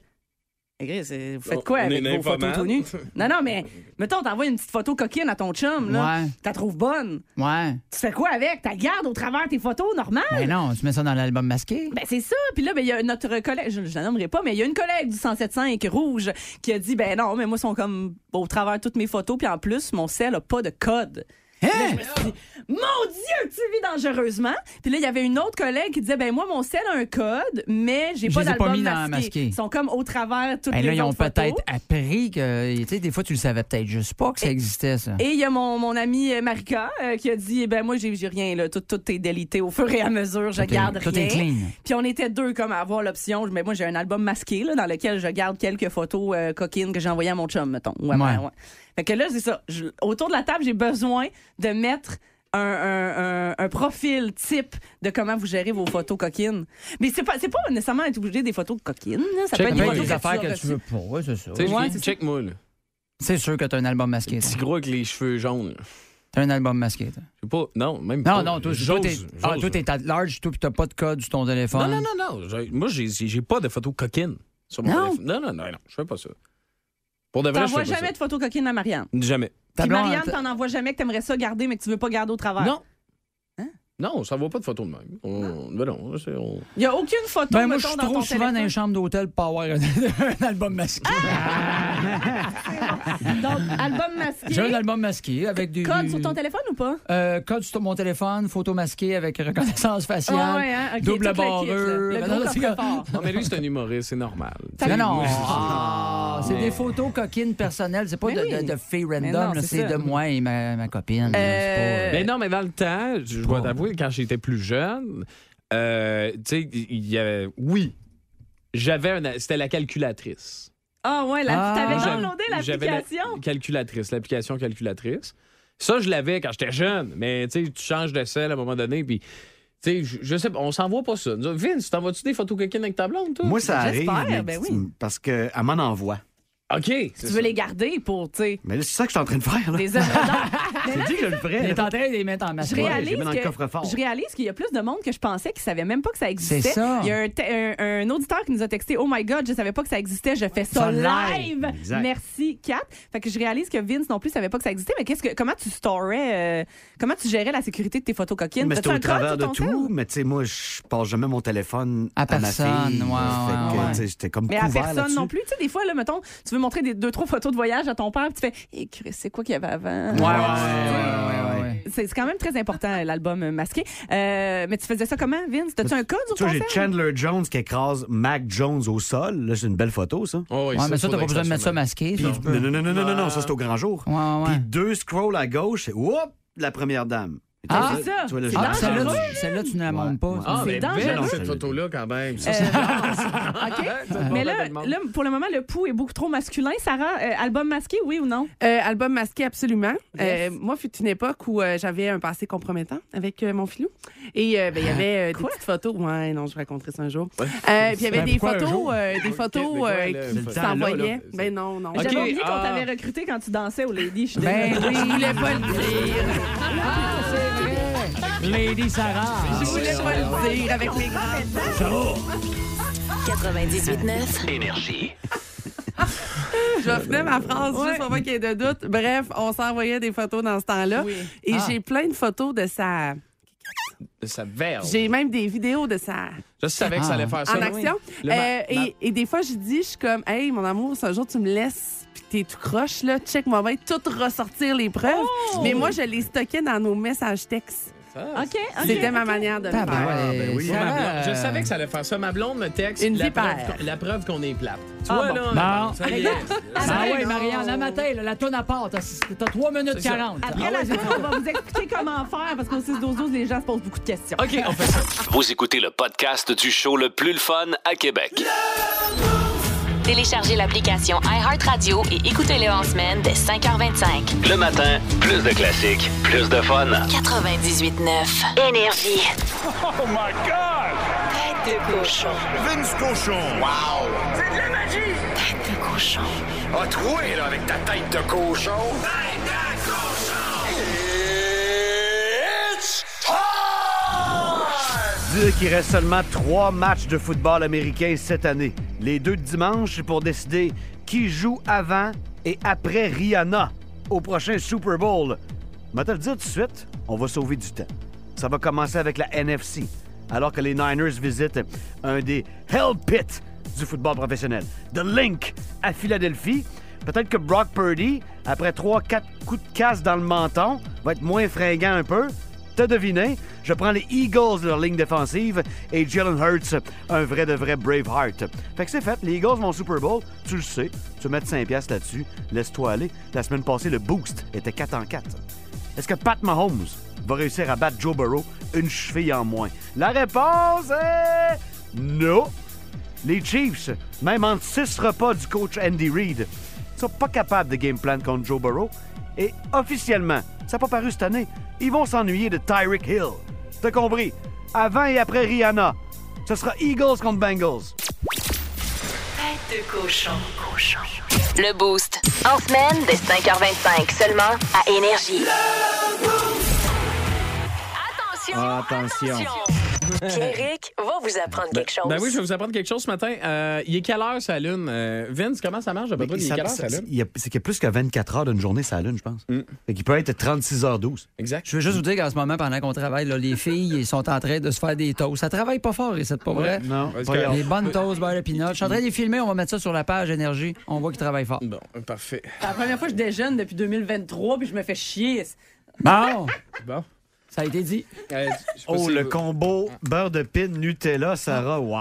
S5: Eh, Chris, euh, Vous faites quoi
S3: Oh, On est
S5: avec vos photos
S3: nymphomane.
S5: tout nus?
S3: <laughs>
S5: Non, non, mais mettons, t'envoies une petite photo coquine à ton chum, là.
S4: Ouais.
S5: T'as trouves bonne.
S4: Ouais.
S5: Tu fais quoi avec? Tu gardes au travers tes photos normales?
S4: Ben non, tu mets ça dans l'album masqué.
S5: Ben c'est ça. Puis là, ben, il y a notre collègue, je, je la nommerai pas, mais il y a une collègue du 107.5 rouge qui a dit, ben non, mais moi, ils sont comme au travers de toutes mes photos. Puis en plus, mon sel a pas de code. Là, je me suis dit, mon Dieu, tu vis dangereusement. Puis là, il y avait une autre collègue qui disait, ben moi, mon sel a un code, mais j'ai
S4: Je
S5: pas
S4: les ai pas
S5: d'album
S4: mis dans-
S5: masqué.
S4: masqué.
S5: Ils sont comme au travers de toutes
S4: Ben
S5: les
S4: là, ils ont
S5: autres photos.
S4: peut-être appris que, tu sais, des fois, tu le savais peut-être juste pas que ça existait, ça.
S5: Et il y a mon, mon ami euh, Marika euh, qui a dit eh ben moi j'ai j'ai rien là tout tout est délité au fur et à mesure je
S4: Tout est-
S5: garde
S4: tout
S5: rien.
S4: est clean.
S5: Puis on était deux comme à avoir l'option mais moi j'ai un album masqué là, dans lequel je garde quelques photos euh, coquines que j'ai envoyées à mon chum mettons. Ouais,
S4: Ouais.
S5: ouais, ouais. Fait que là c'est ça Je- autour de la table j'ai besoin de mettre un, un- un- un profil type de comment vous gérez vos photos coquines. Mais c'est pas c'est pas nécessairement être obligé des photos coquines, là. ça
S3: Check
S5: peut être
S3: bien
S4: Fais
S5: des photos
S4: des affaires que
S5: reçues.
S4: tu veux pas, ouais, c'est ça.
S3: Tu sais,
S5: Ouais,
S3: je dis,
S5: c'est ça.
S3: check-moi, là.
S4: C'est sûr que t'as un album masqué. toi.
S3: Petit gros avec les cheveux jaunes. là.
S4: T'as un album masqué, toi.
S3: Je sais pas. Non, même
S4: Non,
S3: pas.
S4: non, toi,
S3: J'ose,
S4: toi, t'es ah,
S3: j'ose.
S4: toi, t'es à large, toi, puis t'as pas de code sur ton téléphone.
S3: Non, non, non, non. J'ai- Moi, j'ai- j'ai j'ai pas de photos coquines sur mon
S4: Non?
S3: téléphone. Non, non, non, non. Je fais pas ça. Pour de vrai, je fais
S5: T'envoies
S3: pas
S5: jamais de photos coquines à Marianne.
S3: ça. Jamais.
S4: Ta
S5: Puis
S4: blonde,
S5: Marianne,
S4: ta-
S5: t'en envoies jamais que t'aimerais ça garder, mais que tu veux pas garder au travers.
S3: Non. Non, ça vaut pas de photos de même. On... Ben non, c'est- on...
S5: Il n'y a aucune photo,
S4: Ben, moi, je
S5: mettons,
S4: suis
S5: dans ton
S4: trop souvent dans
S5: téléphone.
S4: les chambres d'hôtel pour avoir un, <laughs> un album masqué.
S5: Ah! Donc, album masqué.
S4: J'ai un album masqué avec des.
S5: Code sur ton téléphone ou pas?
S4: Euh, code sur mon téléphone, photo masquée avec reconnaissance faciale,
S5: Ah ouais, hein, ok,
S4: double
S5: tout le kit, là.
S4: barreux.
S5: Le
S4: Ben
S5: gros
S4: non, c'est comme-
S5: coffre-fort.
S3: Non, mais lui, c'est un humoriste, c'est normal.
S5: Ça-
S4: Mais
S3: T'sais,
S4: non,
S3: moi,
S4: Ah, c'est des photos coquines personnelles, c'est pas
S5: Mais
S4: de,
S5: oui.
S4: de, de filles
S5: Mais
S4: random,
S5: non,
S4: là,
S5: c'est
S4: c'est
S5: ça.
S4: de moi et ma, ma copine. là,
S5: Euh,
S4: c'est pas-
S3: Mais Ben non, mais dans le temps, je je dois t'avouer, quand j'étais plus jeune, euh, tu sais, il y avait. Oui, j'avais un. C'était la calculatrice.
S5: Ah ouais, la...
S4: Ah.
S5: t'avais
S4: J'avais-
S5: downloadé
S3: J'avais
S5: l'application.
S3: la calculatrice, l'application calculatrice. Ça, je l'avais quand j'étais jeune, mais tu sais, tu changes de selle à un moment donné, puis. Tu sais, je- je sais pas, on s'envoie pas ça. Nous autres, Vince, t'en vas-tu des photos coquines avec ta blonde, toi?
S6: Moi, ça arrive.
S5: J'espère,
S6: mais
S5: ben
S6: tu-
S5: oui.
S6: Parce qu'elle m'en envoie.
S3: OK.
S5: Tu veux les garder pour, tu <laughs> sais,
S6: Mais là, c'est ça que je suis en train de faire. Là.
S5: des œuvres d'art.
S6: J'ai dit que je <laughs> le ferais.
S4: Elle est
S6: là.
S4: en train de Ben, les mettre en masque.
S5: Je
S6: Ouais,
S5: réalise,
S6: j'ai mis dans le
S5: que-
S6: coffre-fort.
S5: je réalise qu'il y a plus de monde que je pensais qui savait même pas que ça existait.
S4: C'est ça.
S5: Il y a un, te- un- un auditeur qui nous a texté Oh my God, je savais pas que ça existait, je fais ça
S4: Ça live.
S5: live.
S6: Exact.
S5: Merci, Kat. Fait que je réalise que Vince non plus savait pas que ça existait. Mais qu'est-ce que comment tu storais, euh, comment tu gérais la sécurité de tes photos coquines
S6: Mais
S5: T'as-tu
S6: c'était au
S5: un code
S6: travers
S5: sur
S6: de
S5: ton cell?
S6: tout. Mais tu sais, moi, je passe jamais mon téléphone
S4: À
S6: à, ma
S4: personne,
S6: fille.
S4: ouais, ouais,
S6: fait que,
S4: ouais.
S6: tu sais, j'étais comme
S5: Mais à
S6: couvert
S5: personne
S6: là-dessus.
S5: non plus. Tu sais, des fois, là, mettons, tu veux montrer des, deux, trois photos de voyage à ton père, puis tu fais, Eh, Chris, c'est quoi qu'il y avait avant?
S6: Ouais, ouais, ouais, ouais,
S4: ouais,
S6: ouais, ouais.
S4: ouais.
S5: C'est c'est quand même très important, l'album euh, masqué. Euh, mais tu faisais ça comment, Vince? T'as-tu un code sur
S6: Tu
S5: ton
S6: vois, j'ai
S5: sel?
S6: Chandler Jones qui écrase Mac Jones au sol. Là, c'est une belle photo, ça.
S3: Oh, oui,
S4: Ouais, mais ça, t'as
S3: faudrait
S4: pas
S3: que
S4: besoin de mettre ça
S3: soit-
S4: masqué.
S6: Puis-
S4: ça, tu peux-
S6: non, non, non, non, non, non, non, ça, c'est au grand jour.
S4: Ouais, ouais, ouais.
S6: Puis deux scrolls à gauche, et whoop, la première dame. Et
S4: Ah,
S6: tu vois,
S5: c'est ça.
S6: tu vois, là,
S5: C'est
S6: j'ai-
S4: Ah,
S5: dangereux.
S4: celle-là, tu, celle-là, tu ne la montres pas.
S3: Ah,
S5: C'est
S3: mais
S5: dangereux.
S3: belle,
S6: ben, Non,
S3: cette
S6: je-
S3: photo-là, quand même. Ça,
S5: Euh,
S3: c'est-
S5: OK.
S3: Ça demande
S5: Mais <laughs>
S3: à
S5: là,
S3: tout le monde.
S5: là, pour le moment, le pouls est beaucoup trop masculin. Sarah, euh, album masqué, oui ou non?
S11: Euh, album masqué, absolument. Euh,
S5: Yes.
S11: moi, fut une époque où euh, j'avais un passé compromettant avec euh, mon filou. Et euh, ben,
S5: Ah,
S11: il y avait euh, des petites photos. Ouais, non, je raconterai ça un jour. Euh, puis il y avait
S4: Ben,
S11: des
S4: pourquoi un
S11: photos,
S4: jour?
S11: euh, des
S3: de
S11: photos
S3: quoi,
S11: euh,
S3: là,
S11: qui
S6: c'est le temps, là,
S11: s'envoyaient.
S6: là.
S11: Ben non, non.
S3: Ok.
S5: J'avais oublié qu'on
S3: ah.
S5: t'avait recruté quand tu dansais au Lady. Je suis
S4: Ben
S5: désolée.
S4: oui,
S11: Je voulais pas le dire.
S12: Lady Sarah.
S8: Ah,
S11: Je voulais pas le dire avec
S6: <laughs>
S11: les grands.
S12: Ça va.
S1: 98.9.
S2: Énergie.
S11: Je vais finir ma phrase juste pour pas qu'il y ait de doute. Bref, on s'envoyait des photos dans ce temps-là. Et
S3: Ah.
S11: j'ai plein de photos de sa.
S3: De sa verve.
S11: J'ai même des vidéos de sa.
S3: Je savais que ça allait faire ça.
S11: En action.
S3: Le ma-
S11: Euh,
S3: ma-
S11: et, et des fois, je dis, je suis comme, hey, mon amour, si un jour tu me laisses, puis t'es tout croche, là, check moi bien, tout ressortir les preuves.
S5: Oh!
S11: Mais moi, je les stockais dans nos messages textes.
S5: OK, OK,
S11: C'était ma
S5: OK.
S11: manière de le
S3: Ah,
S11: faire.
S3: ben oui,
S11: Sarah,
S3: ma blonde.
S11: euh,
S3: Je savais que ça allait faire ça. Ma blonde me texte
S11: Une
S3: la, preuve,
S11: vipère.
S3: qu'on- la preuve qu'on est plate. Tu
S11: Ah,
S3: vois,
S11: bon.
S3: là,
S12: Bon.
S3: ça y est.
S4: Ah ouais, Marianne, la matin, là, la tonne à part, t'as t'as 3 minutes
S3: C'est ça.
S4: 40.
S5: Après
S4: Ah
S5: la
S4: ouais,
S5: tour,
S4: c'est
S5: on va vous expliquer comment faire parce qu'au 6 12 12 les gens se posent beaucoup de questions.
S3: OK, on fait ça.
S2: Vous écoutez le podcast du show le plus le fun à Québec.
S1: Téléchargez l'application iHeartRadio et écoutez-le en semaine dès 5h25.
S2: Le matin, plus de classiques, plus de fun.
S1: 98.9. Énergie.
S9: Oh my God! Tête de cochon. Vince cochon. Wow! C'est de la magie! Tête de cochon.
S2: A troué, là, avec ta tête de cochon. Tête de cochon!
S6: Dire qu'il reste seulement trois matchs de football américain cette année. Les deux de dimanche c'est pour décider qui joue avant et après Rihanna au prochain Super Bowl. Mais te le dire tout de suite, on va sauver du temps. Ça va commencer avec la NFC, alors que les Niners visitent un des Hell Pits du football professionnel, The Link, à Philadelphie. Peut-être que Brock Purdy, après 3-4 coups de casse dans le menton, va être moins fringant un peu. T'as deviné? Je prends les Eagles de leur ligne défensive et Jalen Hurts, un vrai de vrai Braveheart. Fait que c'est fait, les Eagles vont au Super Bowl, tu le sais. Tu veux mettre 5 piastres là-dessus, laisse-toi aller. La semaine passée, le boost était 4 en 4. Est-ce que Pat Mahomes va réussir à battre Joe Burrow une cheville en moins? La réponse est... Non! Les Chiefs, même en six repas du coach Andy Reid, sont pas capables de game plan contre Joe Burrow. Et officiellement, ça n'a pas paru cette année, ils vont s'ennuyer de Tyreek Hill. T'as compris? Avant et après Rihanna, ce sera Eagles contre Bengals.
S1: Tête de cochon. Le Boost. En semaine dès 5h25 seulement à Énergie.
S6: Attention.
S1: Pierrick va vous apprendre quelque chose.
S3: Ben oui, je vais vous apprendre quelque chose ce matin. Euh, il est quelle heure, sa lune? Euh, Vince, comment ça marche? à peu près? Il est
S6: Ça-
S3: quelle heure,
S6: ça-
S3: sa lune?
S6: il y a- C'est qu'il y a plus que 24 heures d'une journée, ça lune, je pense. Fait qu'il peut être 36h12.
S3: Exact.
S4: Je veux juste vous dire qu'en ce moment, pendant qu'on travaille, là, les filles elles sont en train de se faire des toasts. Ça travaille pas fort, et c'est pas vrai?
S6: Non.
S4: Des bonnes toasts, beurre de pinot. Je suis en train de les filmer, on va mettre ça sur la page Énergie. On voit qu'ils travaillent fort.
S3: Bon, parfait.
S5: La première fois que je déjeune depuis 2023 puis je me fais chier.
S11: <laughs>
S4: Bon!
S3: Bon. Euh,
S4: Ça a été dit.
S6: Oh, le combo beurre de pin Nutella, Sarah. Wow!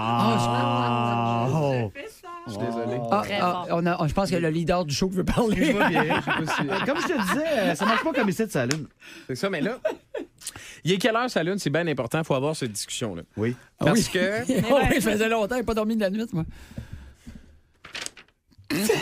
S3: Je suis désolé.
S4: Ah, ah, on a- on- je pense que le leader du show veut parler.
S6: Excuse-moi, Pierre, je sais pas si- Comme je te disais, euh, ça marche pas comme ici de sa lune.
S3: C'est ça, mais là, il est quelle heure, sa lune? C'est bien important. Il faut avoir cette discussion-là.
S6: Oui.
S4: Ah
S3: Parce
S4: <laughs> oui.
S3: que.
S4: Oh oui, je faisais longtemps, j'ai pas dormi de la nuit,
S3: <laughs>
S4: moi. Je me suis-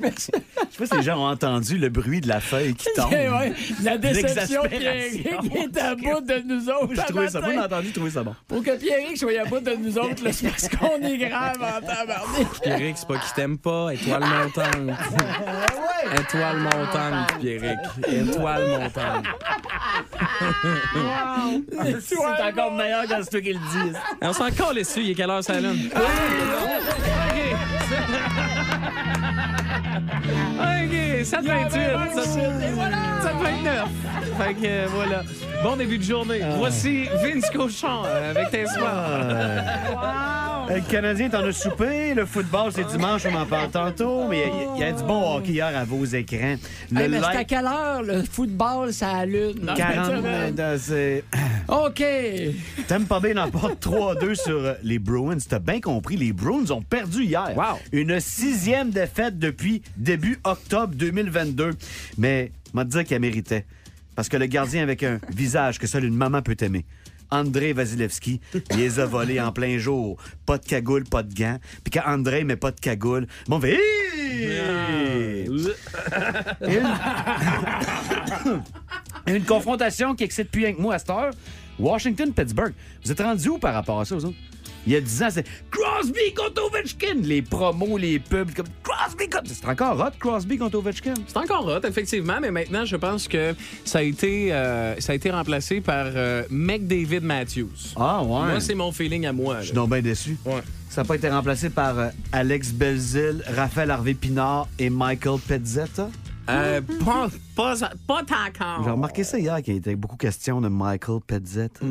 S6: Je sais pas si les gens ont entendu le bruit de la feuille
S4: <laughs>
S6: qui tombe.
S4: Eh ouais, la déception qui
S6: L'exaspération.
S4: est à bout de nous autres.
S6: J'ai trouvé
S4: ce
S6: ça bon,
S4: matin.
S6: j'ai entendu trouver ça bon.
S4: Pour que Pierrick soit à bout de nous autres, là, c'est parce qu'on est grave en tabarnak.
S3: Pierrick, c'est pas qu'il t'aime pas. Étoile montante. Étoile montante, Pierrick. Étoile montante.
S4: Ah,
S6: C'est encore meilleur quand c'est toi qui le dis.
S3: On s'en encore dessus. Il est quelle heure, sa lune?
S12: Ah,
S3: OK, 728. 729. Fait que euh, voilà. Bon début de journée. Voici Vince Cochon euh, avec tes soirs.
S6: Euh, Le Canadien t'en a soupé, le football c'est dimanche, on en parle tantôt, mais il y, a du bon hockey hier à vos écrans. Le
S4: Hey, mais c'est à
S6: like-
S4: quelle heure le football, ça allume?
S6: 40 euh, <clears throat> c'est-
S4: OK.
S6: T'aimes pas bien l'emporte 3-2 sur euh, les Bruins. T'as bien compris, les Bruins ont perdu hier. Une sixième défaite depuis début octobre 2022. Mais m'a dire qu'elle méritait. Parce que le gardien avec un visage que seule une maman peut aimer. André Vasilevski les a volés en plein jour. Pas de cagoule, pas de gants. Puis quand André met pas de cagoule, bon, on fait... Hi! <coughs> Une... Une confrontation qui excite plus rien que moi à cette heure. Washington-Pittsburgh. Vous êtes rendu où par rapport à ça, vous autres? Il y a 10 ans, c'est Crosby! Crosby contre Ovechkin. Les promos, les pubs, comme Crosby contre. C'est encore hot, Crosby contre Ovechkin.
S3: C'est encore hot, effectivement, mais maintenant, je pense que ça a été, euh, ça a été remplacé par euh, McDavid Matthews.
S6: Ah, ouais.
S3: Moi, c'est mon feeling à moi. là.
S6: Je suis donc bien déçu. Ça n'a pas été remplacé par euh, Alex Belzil, Raphaël Harvey Pinard et Michael Pezzetta.
S3: Euh, pas, pas, pas encore.
S6: J'ai remarqué ça hier qu'il y était beaucoup question de Michael Pezzetta.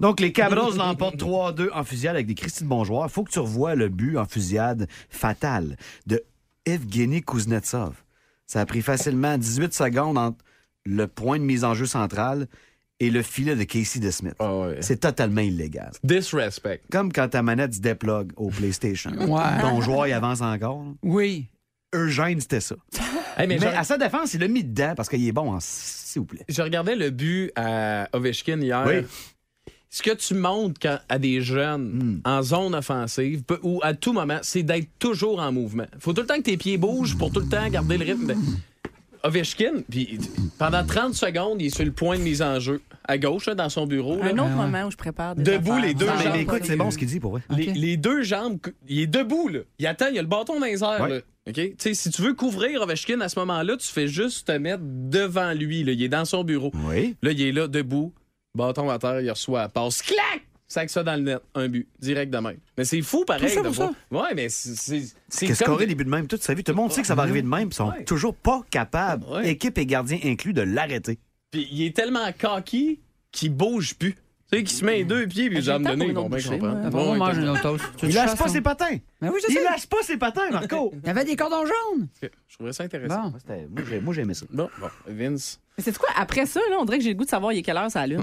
S6: Donc, les Cabros l'emportent 3-2 en fusillade avec des Christy de bons joueurs. Faut que tu revoies le but en fusillade fatale de Evgeny Kuznetsov. Ça a pris facilement 18 secondes entre le point de mise en jeu central et le filet de Casey de Smith. C'est totalement illégal.
S3: Disrespect.
S6: Comme quand ta manette se déplogue au PlayStation.
S4: Ouais.
S6: Ton joueur, il avance encore.
S4: Oui.
S6: Eugène, c'était ça.
S3: <laughs> Hey, mais
S6: mais
S3: je-
S6: à sa défense, il l'a mis dedans parce qu'il est bon en... S'il vous plaît.
S3: Je regardais le but à Ovechkin hier.
S6: Oui.
S3: Ce que tu montres quand- à des
S6: Hmm.
S3: jeunes en zone offensive peu- ou à tout moment, c'est d'être toujours en mouvement. Faut tout le temps que tes pieds bougent pour tout le temps garder le rythme. Ben, Ovechkin, puis pendant 30 secondes, il est sur le point de mise en jeu à gauche là, dans son bureau. là.
S11: Un
S6: Ben
S5: Ah
S11: autre moment où je prépare des
S3: Debout,
S11: affaires.
S3: les deux
S11: Ah,
S3: jambes.
S11: mais
S6: Mais écoute, c'est bon ce qu'il dit pour vrai.
S3: Les, les deux jambes, cou- il est debout, là. Il attend, il a le bâton dans les airs,
S6: Ouais.
S3: là. OK? Tu sais, si tu veux couvrir Ovechkin à ce moment-là, tu fais juste te mettre devant lui, là. Il est dans son bureau.
S6: Oui.
S3: Là, il est là, debout, bâton à terre, il reçoit la passe. Clac! Sac ça dans le net, un but, direct de même. Mais c'est fou, pareil.
S4: Tout ça
S3: de
S4: pour
S3: voir- Ouais, mais c'est- c'est. C'est
S6: Qu'est-ce
S3: comme-
S6: qu'aurait des buts de même toute sa vie? Tout le monde sait que ça va arriver de même. Ils sont
S3: Ouais.
S6: toujours pas capables,
S3: Ouais.
S6: équipe et gardien inclus, de l'arrêter.
S3: Puis il est tellement cocky qu'il bouge plus. Tu sais, qu'il se met les deux pieds, puis les
S11: Mm. J'ai le
S3: jambes
S11: temps
S3: données, ils
S11: pour une
S3: vont bien
S11: autre bouchée,
S3: comprendre.
S4: Après, on
S3: Ouais,
S4: mange
S3: t'as-
S4: une autre toast. Tu veux
S6: Il
S4: que je
S6: lâche
S4: fasse
S6: pas
S4: ça?
S6: ses patins.
S4: Mais Ben oui, je
S6: Il
S4: sais.
S6: lâche pas ses patins, Marco.
S4: Il y avait des cordons jaunes.
S3: Je trouverais ça intéressant.
S4: Bon.
S6: Moi, c'était- moi, j'ai- Moi, j'aimais ça.
S3: Bon, bon, Vince.
S11: Mais c'est quoi? Après ça, là, on dirait que j'ai le goût de savoir il est quelle heure ça allume.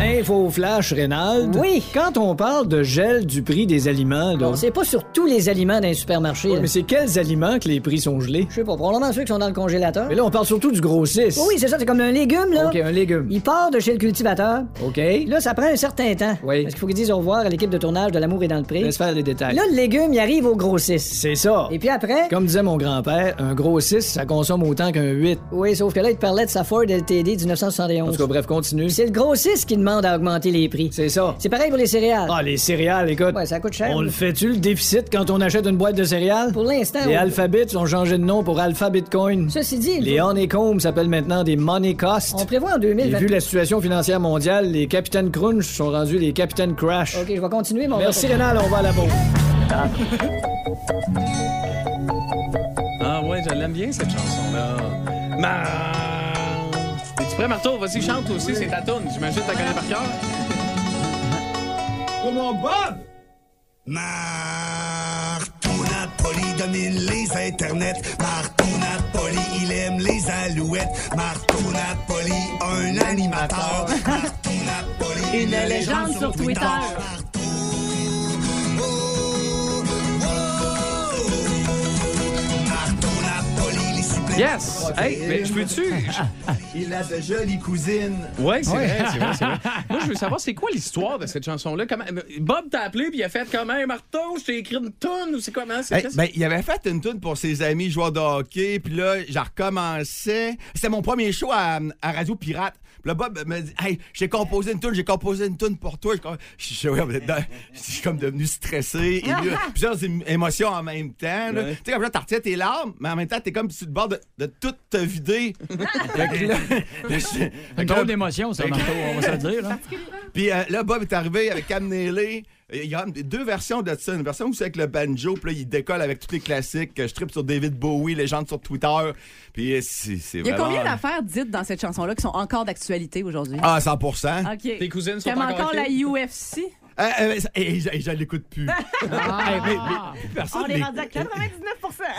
S8: Info flash, Reynald.
S10: Oui.
S8: Quand on parle de gel du prix des aliments, là,
S10: Bon, c'est pas sur tous les aliments d'un supermarché. là.
S8: mais c'est quels aliments que les prix sont gelés?
S10: Je sais pas, probablement ceux qui sont dans le congélateur.
S8: Mais là, on parle surtout du grossiste.
S10: Oui, oui, c'est ça, c'est comme un légume, là.
S8: OK, un légume.
S10: Il part de chez le cultivateur.
S8: OK.
S10: Puis Là, ça prend un certain temps.
S8: Oui.
S10: Parce qu'il faut qu'ils disent au revoir à l'équipe de tournage de L'amour et dans le prix.
S8: Laisse faire les détails.
S10: Là, le légume, il arrive au grossiste.
S8: c'est ça.
S10: Et puis après.
S8: Comme disait mon grand-père, un gros 6, ça consomme autant qu'un 8.
S10: Oui, sauf que là, il te parlait de sa Ford LTD
S8: En
S10: 1971.
S8: tout cas, bref, continue.
S10: C'est le grossiste qui demande à augmenter les prix.
S8: C'est ça.
S10: C'est pareil pour les céréales.
S8: Ah, les céréales, écoute.
S10: Ouais, ça coûte cher.
S8: On le fait-tu, le déficit, quand on achète une boîte de céréales?
S10: Pour l'instant.
S8: Les
S10: on-
S8: alphabets ont changé de nom pour Alpha Bitcoin.
S10: Ceci dit, il
S8: Les
S10: faut-
S8: honeycombs s'appellent maintenant des money
S10: on
S8: costs.
S10: prévoit en
S8: Et
S10: 2020.
S8: vu la situation financière mondiale, les capitaines crunch sont rendus les capitaines crash.
S10: OK, je vais continuer, mon
S8: Merci Rénal, on va à la bourse.
S3: Ah ouais, je l'aime bien cette chanson-là. Ma... Es-tu prêt, Marteau? Vas-y, chante aussi, c'est ta tune. J'imagine que t'as connais par cœur.
S12: Martou Napoli domine les internets. Martou Napoli, il aime les alouettes. Martou Napoli, un animateur. Martou Napoli,
S11: Une légende sur Twitter.
S12: Martou. Martou Napoli, les suppléments.
S3: Yes! Hey, mais je peux-tu?
S12: <laughs> Il a de jolies cousines.
S3: Ouais, c'est vrai, c'est vrai, c'est vrai. Moi, je veux savoir, c'est quoi l'histoire de cette chanson-là? Comment... Bob t'a appelé, puis il a fait comme, hey, Marteau, je t'ai écrit une tune, ou c'est quoi? Non, Hein, c'est
S12: Hey,
S3: qu'est-ce-
S12: ben, il avait fait une tune pour ses amis joueurs de hockey, puis là, j'en recommençais. C'était mon premier show à, à Radio Pirate. Puis là, Bob me dit Hey, j'ai composé une tune, j'ai composé une tune pour toi. Je je- je- ouais, vous êtes dans- je suis comme devenu stressé, ému, plusieurs é- émotions en même temps. là. Tu sais, comme là, t'as retiré tes larmes, mais en même temps, t'es comme sur le bord de, de tout te vider. Fait que là- <laughs> là, je- fait
S4: Une
S12: que là,
S4: drôle d'émotion, ça, Marco, on va se le dire, là.
S12: puis euh, là, Bob est arrivé avec Cam Neely. Il y a deux versions de ça. Une version où c'est avec le banjo, puis là, il décolle avec tous les classiques. Je tripe sur David Bowie, les gens sur Twitter. Puis euh, c'est c'est
S11: Il y a
S12: vraiment...
S11: combien d'affaires dites dans cette chanson-là qui sont encore d'actualité aujourd'hui?
S12: Ah, 100%.
S11: OK.
S3: Tes cousines sont
S11: Comme
S3: encore
S11: encore
S3: OK?
S11: la UFC.
S12: Euh, euh, et, et je- et je l'écoute plus.
S4: Ah,
S12: <laughs> Mais- mais plus personne
S11: On est
S12: l'écoute.
S11: rendu à 99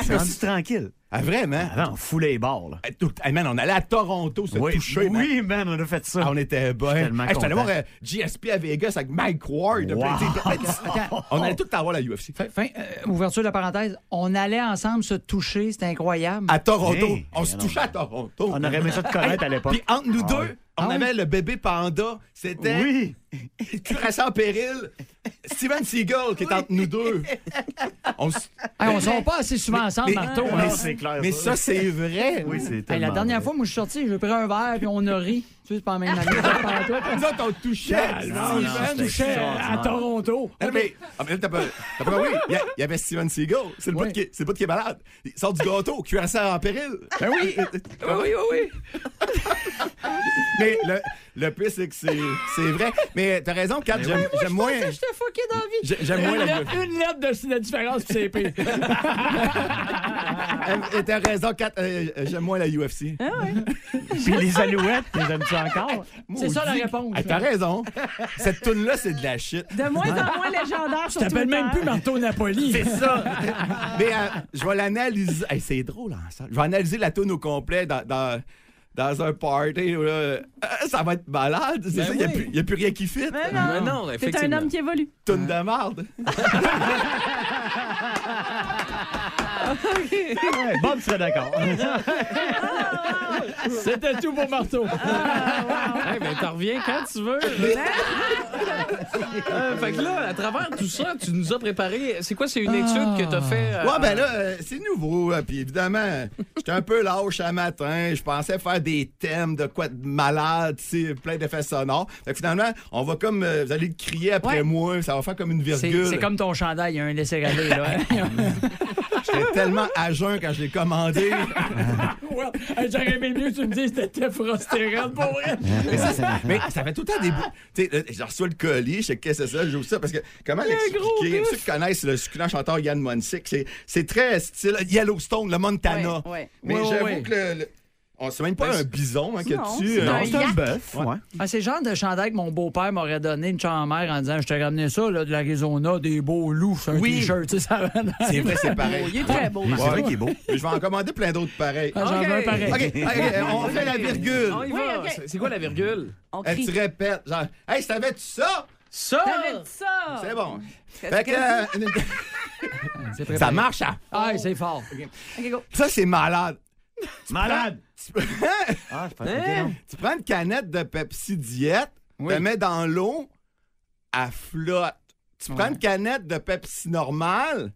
S6: C'est rendu tranquille.
S12: Ah, vraiment?
S6: Avant, on fout les bords, là.
S12: Eh, tout- eh, man, on allait à Toronto se toucher. man.
S6: oui, man, on a fait ça.
S12: Ah, on était bon.
S6: tellement
S12: je suis allé
S6: content.
S12: voir euh, GSP à Vegas avec Mike Ward.
S6: Wow.
S12: On allait tout le temps voir la UFC.
S4: Fin, euh, ouverture de la parenthèse. On allait ensemble se toucher, c'était incroyable.
S12: À Toronto.
S6: Hey,
S12: on se
S6: non.
S12: touchait à Toronto.
S6: On aurait aimé ça te connaître à
S12: Puis
S6: l'époque.
S12: entre nous
S6: Ah
S12: deux,
S6: ouais.
S12: on
S4: Ah ouais?
S12: avait le bébé panda. C'était
S6: Oui.
S12: Cuirassé en péril. Steven Seagal qui est entre nous deux. On s-
S4: Hey, on sort pas assez souvent ensemble,
S12: mais-
S4: Marteau.
S12: mais-
S4: hein.
S6: clair.
S12: Mais ça, c'est vrai.
S6: <laughs> Oui, c'est
S4: Hey, la
S6: tellement
S4: dernière
S6: vrai.
S4: fois, moi, je suis sorti, j'ai pris un verre, puis on a ri. Tu sais, c'est pas
S12: <laughs>
S4: la même manière. c'est pas la même <laughs> toi.
S12: Nous autres, on te touchait.
S4: Steven
S12: Non, non, c'était
S4: touchait à
S12: extraordinaire.
S4: Toronto.
S12: Ah, mais, ah, mais là, t'as pas, t'as pas compris. Il y, a- il y avait Steven Seagal. C'est le bout qui, est- c'est le bout qui est malade. Il sort du gâteau, cuirassé en péril. Ah
S4: Ben
S12: <laughs>
S4: oui.
S12: oui, oui,
S4: <laughs>
S12: Mais le, le pire, c'est que c'est, c'est vrai. Mais t'as raison, Kat, j'aime,
S4: Ben Moi,
S12: j'aime
S4: je
S12: moins.
S4: pensais que j'étais fucké dans la vie.
S12: J'ai- j'aime moins
S4: une,
S12: la-
S4: lettre, une lettre de, de différence, puis
S13: <laughs>
S4: c'est pire.
S12: Euh, T'as raison, Kat, euh, j'aime moins la UFC.
S5: Ah
S12: <laughs>
S13: Puis les alouettes, les aimes-tu encore?
S12: Maudit.
S3: hein.
S12: Ah, T'as raison. Cette toune-là, c'est de la shit.
S5: De moins en moins légendaire sur Twitter.
S4: Marteau Napoli.
S12: C'est ça. <laughs> Mais euh, je vais l'analyser. Hey, c'est drôle, en salle. Je vais analyser la toune au complet dans, dans, dans un party. là. Euh, ça va être malade. C'est
S3: Ben
S12: ça, il
S3: oui.
S12: n'y a, plus rien qui fit.
S5: Mais
S3: Mais
S5: Ben non.
S3: non,
S5: T'es un
S3: effectivement.
S5: homme qui évolue.
S12: Toune de marde.
S13: Bob serait d'accord.
S4: C'était tout pour Marteau.
S3: Eh ben, t'en reviens quand tu veux.
S12: <laughs>
S3: Euh, fait que là, à travers tout ça, tu nous as préparé. C'est quoi, c'est une
S12: Ah.
S3: étude que t'as fait? euh,
S12: Ouais, ben là, euh, c'est nouveau. euh, Puis évidemment, euh, j'étais un peu lâche à matin. Je pensais faire des thèmes de quoi de malade, tu sais, plein d'effets sonores. Fait que finalement, on va comme. euh, vous allez crier après moi. Ça va faire comme une
S4: C'est
S12: virgule.
S4: c'est comme <laughs> ton chandail, il y a un laisser-aller, là.
S12: J'étais tellement à jeun quand je l'ai commandé.
S4: Ouais, hey, J'aurais aimé mieux que tu me dises que c'était frostérant pour vrai.
S12: mais, ça,
S4: <laughs>
S12: c'est- mais ça fait tout le temps des bouts. Tu sais, là, je reçois le colis, je sais qu'est-ce que c'est ça, je joue ça. Parce que comment
S4: Il y a un gros
S12: l'expliquer?
S4: bif.
S12: Ceux qui connaissent le succulent chanteur Yann Monsick, c'est, c'est très style Yellowstone, le Montana.
S4: Ouais, ouais.
S12: Mais
S4: Ouais, ouais,
S12: j'avoue
S4: ouais. Ben,
S12: que le. le- on, c'est même pas un bison hein, que
S4: Non,
S12: tu.
S4: c'est un yak.
S12: bœuf. Ouais.
S4: Ah, c'est le genre de chandail que mon beau-père m'aurait donné une chambre-mère en disant Je t'ai ramené ça là, de l'Arizona, des beaux loups, c'est un
S12: Oui.
S4: t-shirt. tu sais, ça va dans-
S12: C'est vrai, c'est pareil.
S4: Il est très beau.
S12: Ouais.
S4: Ah, C'est vrai qu'il est
S13: beau.
S12: Mais je vais en commander plein d'autres pareils.
S4: Ah, j'en veux un pareil.
S12: OK, OK, on fait la virgule.
S3: On y va. C'est- C'est quoi la virgule?
S5: On
S12: Eh, tu répètes, genre, hey, savais-tu ça?
S3: Ça!
S5: T'avais dit ça.
S12: C'est bon.
S5: Qu'est-ce
S12: Fait que,
S5: que-
S12: euh, ça marche, hein?
S4: Ah, c'est fort.
S5: OK, go.
S12: Ça, c'est malade. Tu
S13: Malade.
S12: prends- <laughs> tu-
S13: Ah, je
S12: Hein? Tu prends une canette de Pepsi Diète, tu la mets dans l'eau, elle flotte. Tu prends une canette de Pepsi normale,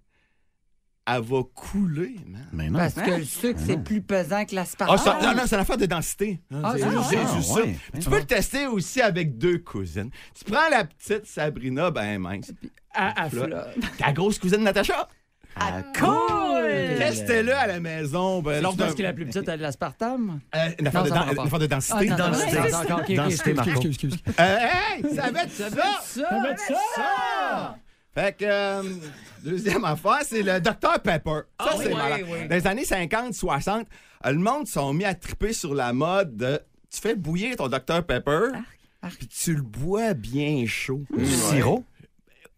S12: elle va couler, man.
S13: Mais
S4: Parce que le sucre, c'est plus pesant que l'aspartame.
S12: Ah, ça- non, non, c'est l'affaire de densité.
S4: Ah,
S12: c'est
S4: ah,
S12: juste,
S4: ouais. ben
S12: c'est juste
S13: Ah,
S12: ça.
S13: ouais.
S12: Puis Tu peux le tester aussi avec deux cousines. Tu prends la petite Sabrina, ben mince.
S4: À, à
S12: Flotte.
S4: flotte.
S12: Ta grosse cousine Natacha.
S4: Ah, Cool!
S12: Restez-le à la maison. Ben,
S4: Alors,
S12: lors
S4: tu
S12: d'un-
S4: penses que la plus petite a de l'aspartame?
S12: Euh, une affaire
S4: Non,
S12: de den-
S4: ça n'a pas
S12: une affaire de
S4: Ah,
S12: densité.
S4: non, non,
S13: Densité.
S4: non, d'accord, ok,
S13: Densité,
S4: ok, excuse,
S13: Marco.
S4: excuse, excuse, excuse.
S12: Euh, hey, ça va être ça!
S4: Ça va être ça!
S12: Ça! Fait que, euh, deuxième affaire, c'est le Dr Pepper. Ça,
S3: Ah oui,
S12: c'est
S3: oui,
S12: malade.
S3: oui.
S12: Dans les années 50, 60, euh, le monde sont mis à triper sur la mode de tu fais bouillir ton Dr Pepper,
S3: Ah.
S11: Ah.
S12: puis tu le bois bien chaud.
S3: Mm.
S13: Du
S12: Ouais.
S13: sirop?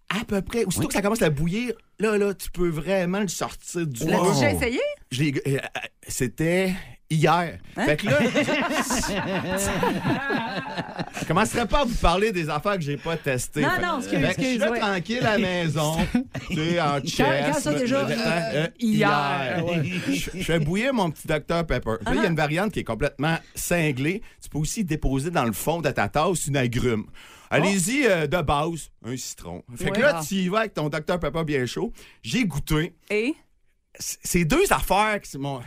S12: À peu près. Aussitôt que ça commence à bouillir, là, là, tu peux vraiment le sortir du
S5: Tu l'as
S12: pot.
S5: déjà essayé?
S12: Je l'ai- euh, euh, C'était hier.
S3: Hein?
S12: Fait que là,
S8: <laughs>
S3: <laughs>
S12: je commencerai pas à vous parler des affaires que j'ai pas testées.
S5: Non,
S12: Fait que-
S5: non, excuse,
S12: Fait que je suis là
S5: excuse, ouais.
S12: tranquille à la maison, tu sais, en
S4: Quand- quand ça,
S12: chess,
S4: déjà,
S12: me- me-
S4: euh,
S12: euh,
S4: hier, ouais.
S12: Je je fais bouillir mon petit Dr Pepper. Là, il y a une variante qui est complètement cinglée. Tu peux aussi déposer dans le fond de ta tasse une agrume. Allez-y euh, de base, un citron. Fait que
S5: Ouais.
S12: là,
S5: Ah.
S12: tu y vas avec ton Dr Pepper bien chaud. J'ai goûté
S5: Et?
S12: c'est c'est deux affaires qui sont.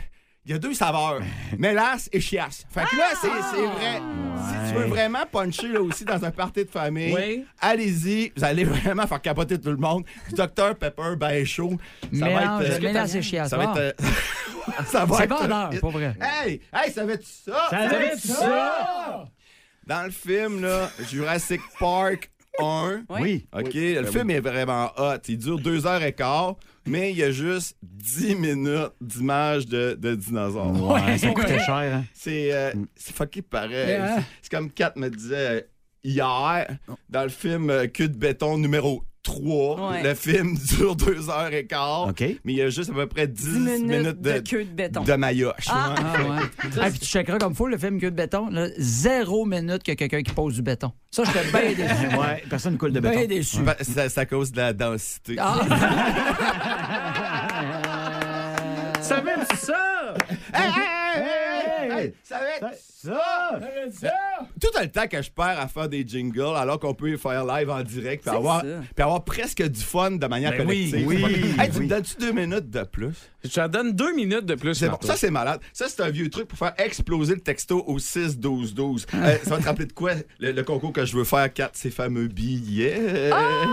S12: Il y a deux saveurs, mélasse et chiasse. Fait que là, c'est c'est vrai. Si tu veux vraiment puncher là aussi dans un party de famille,
S3: Oui.
S12: allez-y, vous allez vraiment faire capoter tout le monde. Du Dr Pepper, ben chaud. Ça
S4: Mélange,
S12: va être. euh,
S4: mélange et chiasse,
S12: Ça va
S4: bon.
S12: être. euh, <laughs> ça va
S4: C'est
S12: être,
S4: vendeur,
S12: euh,
S4: pas vrai.
S12: Hey, hey, savais-tu ça?
S13: Savais-tu ça?
S12: Dans le film, là, Jurassic Park 1.
S13: Oui.
S12: OK, le film est vraiment hot. Il dure deux heures et quart, mais il y a juste 10 minutes d'images de, de dinosaures.
S13: Ouais, ça coûtait cher. hein.
S12: C'est euh, c'est fucké pareil.
S4: Yeah.
S12: C'est- C'est comme Kat me disait euh, hier, dans le film euh, Cul de béton numéro 3,
S5: Ouais.
S12: le film <laughs> dure deux heures et quart,
S13: OK.
S12: mais il y a juste à peu près 10
S5: 10
S12: minutes,
S5: minutes de
S12: de,
S5: queue de béton.
S12: de maillotche.
S5: Ah.
S12: Ouais.
S4: Ah, ouais.
S12: <laughs>
S4: Ah, puis tu checkeras comme faut le film queue de béton. là, zéro minute que quelqu'un qui pose du béton. Ça, j'étais bien déçu.
S13: Ouais, personne coule de
S4: Bien
S13: béton.
S4: déçu.
S12: Pa- Bah, C'est à- c'est à cause de la densité.
S4: Ah,
S3: Ça même ça!
S12: Hey, hey, hey, hey, hey, hey, ça Euh, va être-
S13: Ça!
S12: <laughs> tout le temps que je perds à faire des jingles alors qu'on peut faire live en direct puis
S9: C'est
S12: avoir,
S9: ça.
S12: puis avoir presque du fun de manière
S3: Ben oui,
S12: collective.
S3: oui,
S12: <laughs> Hey, tu
S3: oui.
S12: me donnes-tu deux minutes de plus?
S3: Je te donne deux minutes de plus. Marco.
S12: ça, c'est malade. Ça, c'est un vieux truc pour faire exploser le texto au 6-12-12. Euh, ça va te rappeler de quoi le, le concours que je veux faire, 4, ces fameux billets?
S4: Ah!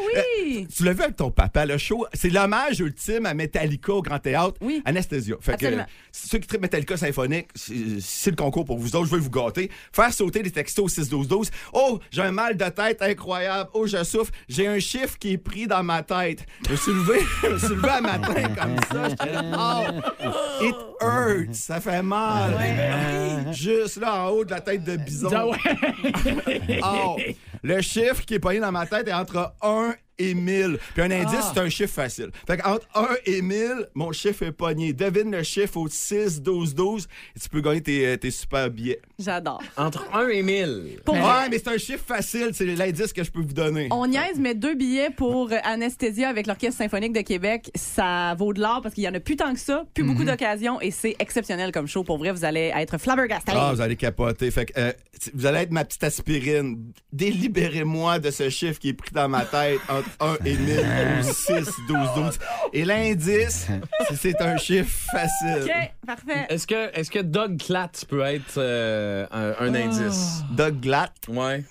S5: oui!
S12: Euh, Tu l'as vu avec ton papa, le show. C'est l'hommage ultime à Metallica au Grand Théâtre. Anesthésia. Fait que,
S5: Absolument.
S12: ceux qui traitent Metallica symphonique, c'est c'est le concours pour vous autres. Je vais vous gâter. Faire sauter des textos au 6-12-12. Oh, j'ai un mal de tête incroyable. Oh, je souffre. J'ai un chiffre qui est pris dans ma tête. Je me suis levé, <laughs> je me suis levé à matin comme ça. J'étais là, oh, it hurts. Ça fait mal. Juste là, en haut de la tête de bison.
S9: Ah
S12: Oh, <laughs> le chiffre qui est pogné dans ma tête est entre 1 et 1000. Puis un indice,
S9: Ah.
S12: c'est un chiffre facile. Fait qu'entre 1 et 1000, mon chiffre est pogné. Devine le chiffre au 6, 12, 12 et tu peux gagner tes, tes super billets.
S5: J'adore.
S3: Entre 1 et 1000.
S5: Pour
S12: ouais,
S5: vrai.
S12: mais c'est un chiffre facile. C'est l'indice que je peux vous donner.
S5: On niaise, mais deux billets pour euh, Anesthésia avec l'Orchestre symphonique de Québec, ça vaut de l'or parce qu'il y en a plus tant que ça, plus beaucoup
S12: Mhm.
S5: d'occasions et c'est exceptionnel comme show. Pour vrai, vous allez être flabbergasté.
S12: Ah, vous allez capoter. Fait que, euh, t- vous allez être ma petite aspirine. Délibérez-moi de ce chiffre qui est pris dans ma tête entre 1 et 1000
S3: <laughs>
S12: ou 6, 12, 12. Et l'indice, c'est- c'est un chiffre facile.
S5: parfait.
S3: Est-ce que, est que Doug Glatt peut être euh, un, un
S12: Oh.
S3: indice?
S12: Doug Glatt?
S3: Ouais.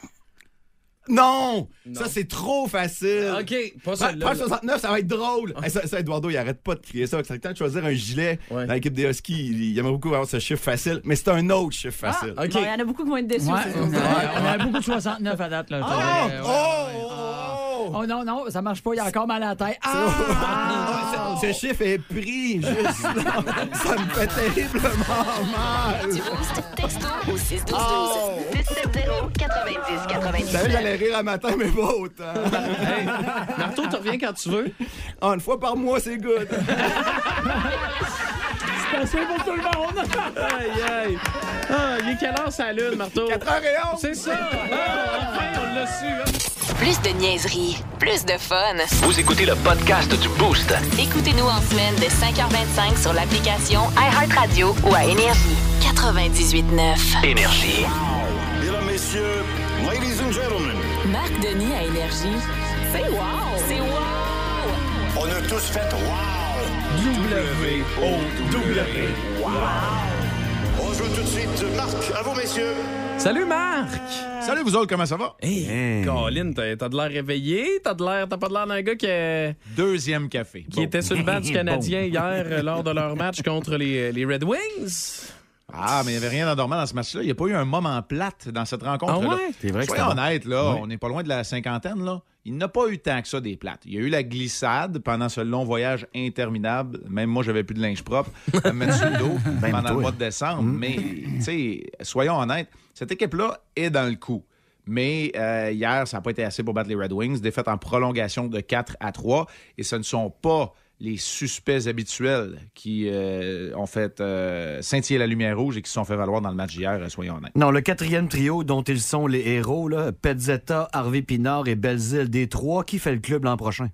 S12: Non! Ça, c'est trop facile.
S3: OK, pas
S12: Prends-
S3: celle-là.
S12: prends 69, ça va être drôle.
S3: Ah.
S12: Hey, ça, ça, Eduardo, il arrête pas de crier ça. C'est le temps de choisir un gilet dans l'équipe des Huskies. Il, il aimerait beaucoup avoir ce chiffre facile, mais c'est un autre chiffre
S4: Ah,
S12: facile.
S5: Bon, Il y en a beaucoup qui vont être déçus.
S4: Ouais,
S5: c'est
S4: on
S5: sûr.
S4: on a beaucoup de 69 à date. Là,
S5: Oh!
S4: Ah! Ouais, ouais,
S5: Oh!
S4: ouais. Oh non, non, ça marche pas, il y a encore mal à la tête.
S5: <laughs>
S4: Ah!
S12: Oh, Ce chiffre est pris juste
S3: <laughs>
S12: là. Ça me fait terriblement mal.
S1: Du boost, texto au 6 12 12
S12: Oh.
S1: 670 90
S12: Je savais que j'allais
S1: 90.
S12: rire à matin, mais pas autant.
S3: Marteau, tu reviens quand tu veux.
S12: Ah, une fois par mois, c'est
S3: <laughs>
S12: good.
S4: C'est assez pour tout le monde.
S3: aïe, aïe. Ah, il est quelle heure ça lune, Marteau?
S12: 4h11.
S3: C'est ça. Ah, enfin, on l'a su. hein.
S1: Plus de niaiserie, plus de fun.
S2: Vous écoutez le podcast du Boost.
S1: Écoutez-nous en semaine de 5h25 sur l'application iHeartRadio ou à Énergie. 98.9.
S2: Énergie.
S9: Mesdames, messieurs, ladies and gentlemen,
S1: Marc Denis à Énergie. C'est wow! C'est wow!
S9: on a tous fait wow! W-O-W. Wow! On joue tout de suite. Marc, à vous, messieurs.
S3: Salut, Marc.
S12: Salut, vous autres, comment ça va?
S3: Hey, Colin, t'as t'as de l'air réveillé. T'as de l'air- t'as pas de l'air d'un gars qui, euh,
S14: Deuxième café.
S3: qui était sur le banc du Canadien hier euh, lors de leur match contre les, les Red Wings.
S14: Ah, mais il n'y avait rien d'endormant dans ce match-là. Il n'y a pas eu un moment plate dans cette rencontre-là.
S3: Ah ouais? C'est vrai que
S14: Soyons
S3: c'était bon.
S14: honnêtes, là,
S3: Ouais.
S14: on n'est pas loin de la cinquantaine. Là. Il n'a pas eu tant que ça des plates. Il y a eu la glissade pendant ce long voyage interminable. Même moi, j'avais plus de linge propre <laughs> à me mettre sur le dos
S13: Même
S14: pendant le
S13: toi.
S14: mois de décembre. Mais, tu sais, soyons honnêtes, cette équipe-là est dans le coup. Mais euh, hier, ça n'a pas été assez pour battre les Red Wings. Défaite en prolongation de 4 à 3. Et ce ne sont pas les suspects habituels qui euh, ont fait euh, scintiller la lumière rouge et qui se sont fait valoir dans le match d'hier, euh, soyons honnêtes.
S6: Non, le quatrième trio dont ils sont les héros, là, Pezzetta, Harvey Pinard et Belzile, des trois, qui fait le club l'an prochain?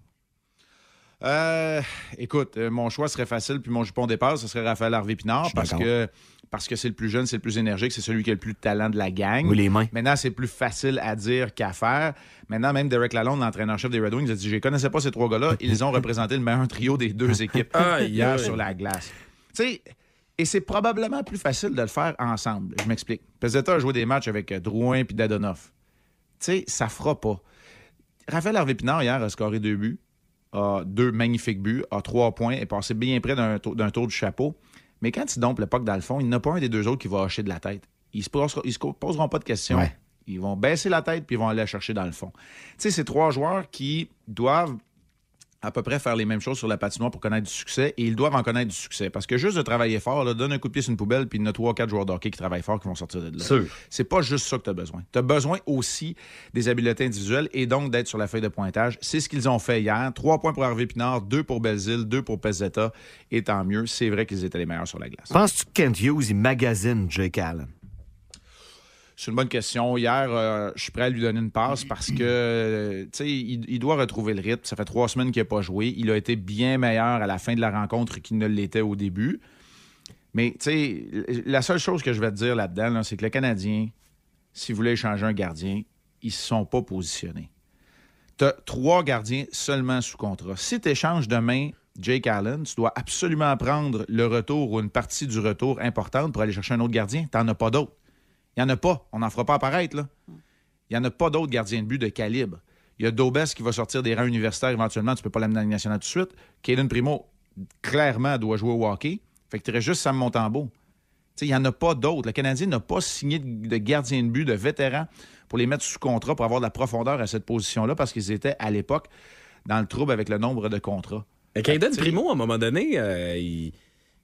S14: Euh, écoute, euh, mon choix serait facile, puis mon jupon départ, ce serait Raphaël Harvey-Pinard parce
S6: d'accord.
S14: que, parce que c'est le plus jeune, c'est le plus énergique, c'est celui qui a le plus de talent de la gang.
S6: Oui, les mains.
S14: Maintenant, c'est plus facile à dire qu'à faire. Maintenant, même Derek Lalonde, l'entraîneur-chef des Red Wings, a dit Je ne connaissais pas ces trois
S6: <laughs>
S14: gars-là. Ils ont représenté le meilleur trio des deux équipes
S3: Aïe,
S14: hier
S3: aïe.
S14: sur la glace. Tu sais, et c'est probablement plus facile de le faire ensemble. Je m'explique. Pezzetta a joué des matchs avec euh, Drouin puis Dadonoff. Tu sais, ça fera pas. Raphaël Harvey-Pinard, hier, a scoré deux buts, a deux magnifiques buts, a trois points, est passé bien près d'un tour, d'un tour du chapeau. Mais quand il dompe le puck dans le fond, il n'y en a pas un des deux autres qui va hocher de la tête. Ils ne se, posera- ils se poseront pas de questions. Ils vont baisser la tête puis ils vont aller la chercher dans le fond. Tu sais, c'est trois joueurs qui doivent à peu près faire les mêmes choses sur la patinoire pour connaître du succès et ils doivent en connaître du succès. Parce que juste de travailler fort, là, donne un coup de pied sur une poubelle puis il y en a trois, quatre joueurs d'hockey qui travaillent fort qui vont sortir de là.
S13: Sûr.
S14: C'est pas juste ça que tu as besoin. Tu as besoin aussi des habiletés individuelles et donc d'être sur la feuille de pointage. C'est ce qu'ils ont fait hier. Trois points pour Harvey Pinard, deux pour Belzile, deux pour Pezzetta. Et tant mieux, c'est vrai qu'ils étaient les meilleurs sur la glace.
S6: Penses-tu que Kent Hughes, il magazine Jake Allen?
S14: C'est une bonne question. Hier, euh, je suis prêt à lui donner une passe parce que, euh, tu sais, il, il doit retrouver le rythme. Ça fait trois semaines qu'il n'a pas joué. Il a été bien meilleur à la fin de la rencontre qu'il ne l'était au début. Mais, tu sais, la seule chose que je vais te dire là-dedans, là, c'est que le Canadien, s'ils voulaient échanger un gardien, ils ne se sont pas positionnés. Tu as trois gardiens seulement sous contrat. Si tu échanges demain Jake Allen, tu dois absolument prendre le retour ou une partie du retour importante pour aller chercher un autre gardien. Tu n'en as pas d'autre. Il n'y en a pas. On n'en fera pas apparaître. Là. Il n'y en a pas d'autres gardiens de but de calibre. Il y a Daubès qui va sortir des rangs universitaires éventuellement. Tu ne peux pas l'amener à la Ligue nationale tout de suite. Kaden Primo, clairement, doit jouer au hockey. Fait que tu restes juste Sam Montembeau. Tu sais, Il n'y en a pas d'autres. Le Canadien n'a pas signé de de gardien de but, de vétéran, pour les mettre sous contrat, pour avoir de la profondeur à cette position-là, parce qu'ils étaient, à l'époque, dans le trouble avec le nombre de contrats.
S3: Mais Caden Euh, Primo, à un moment donné, euh, il-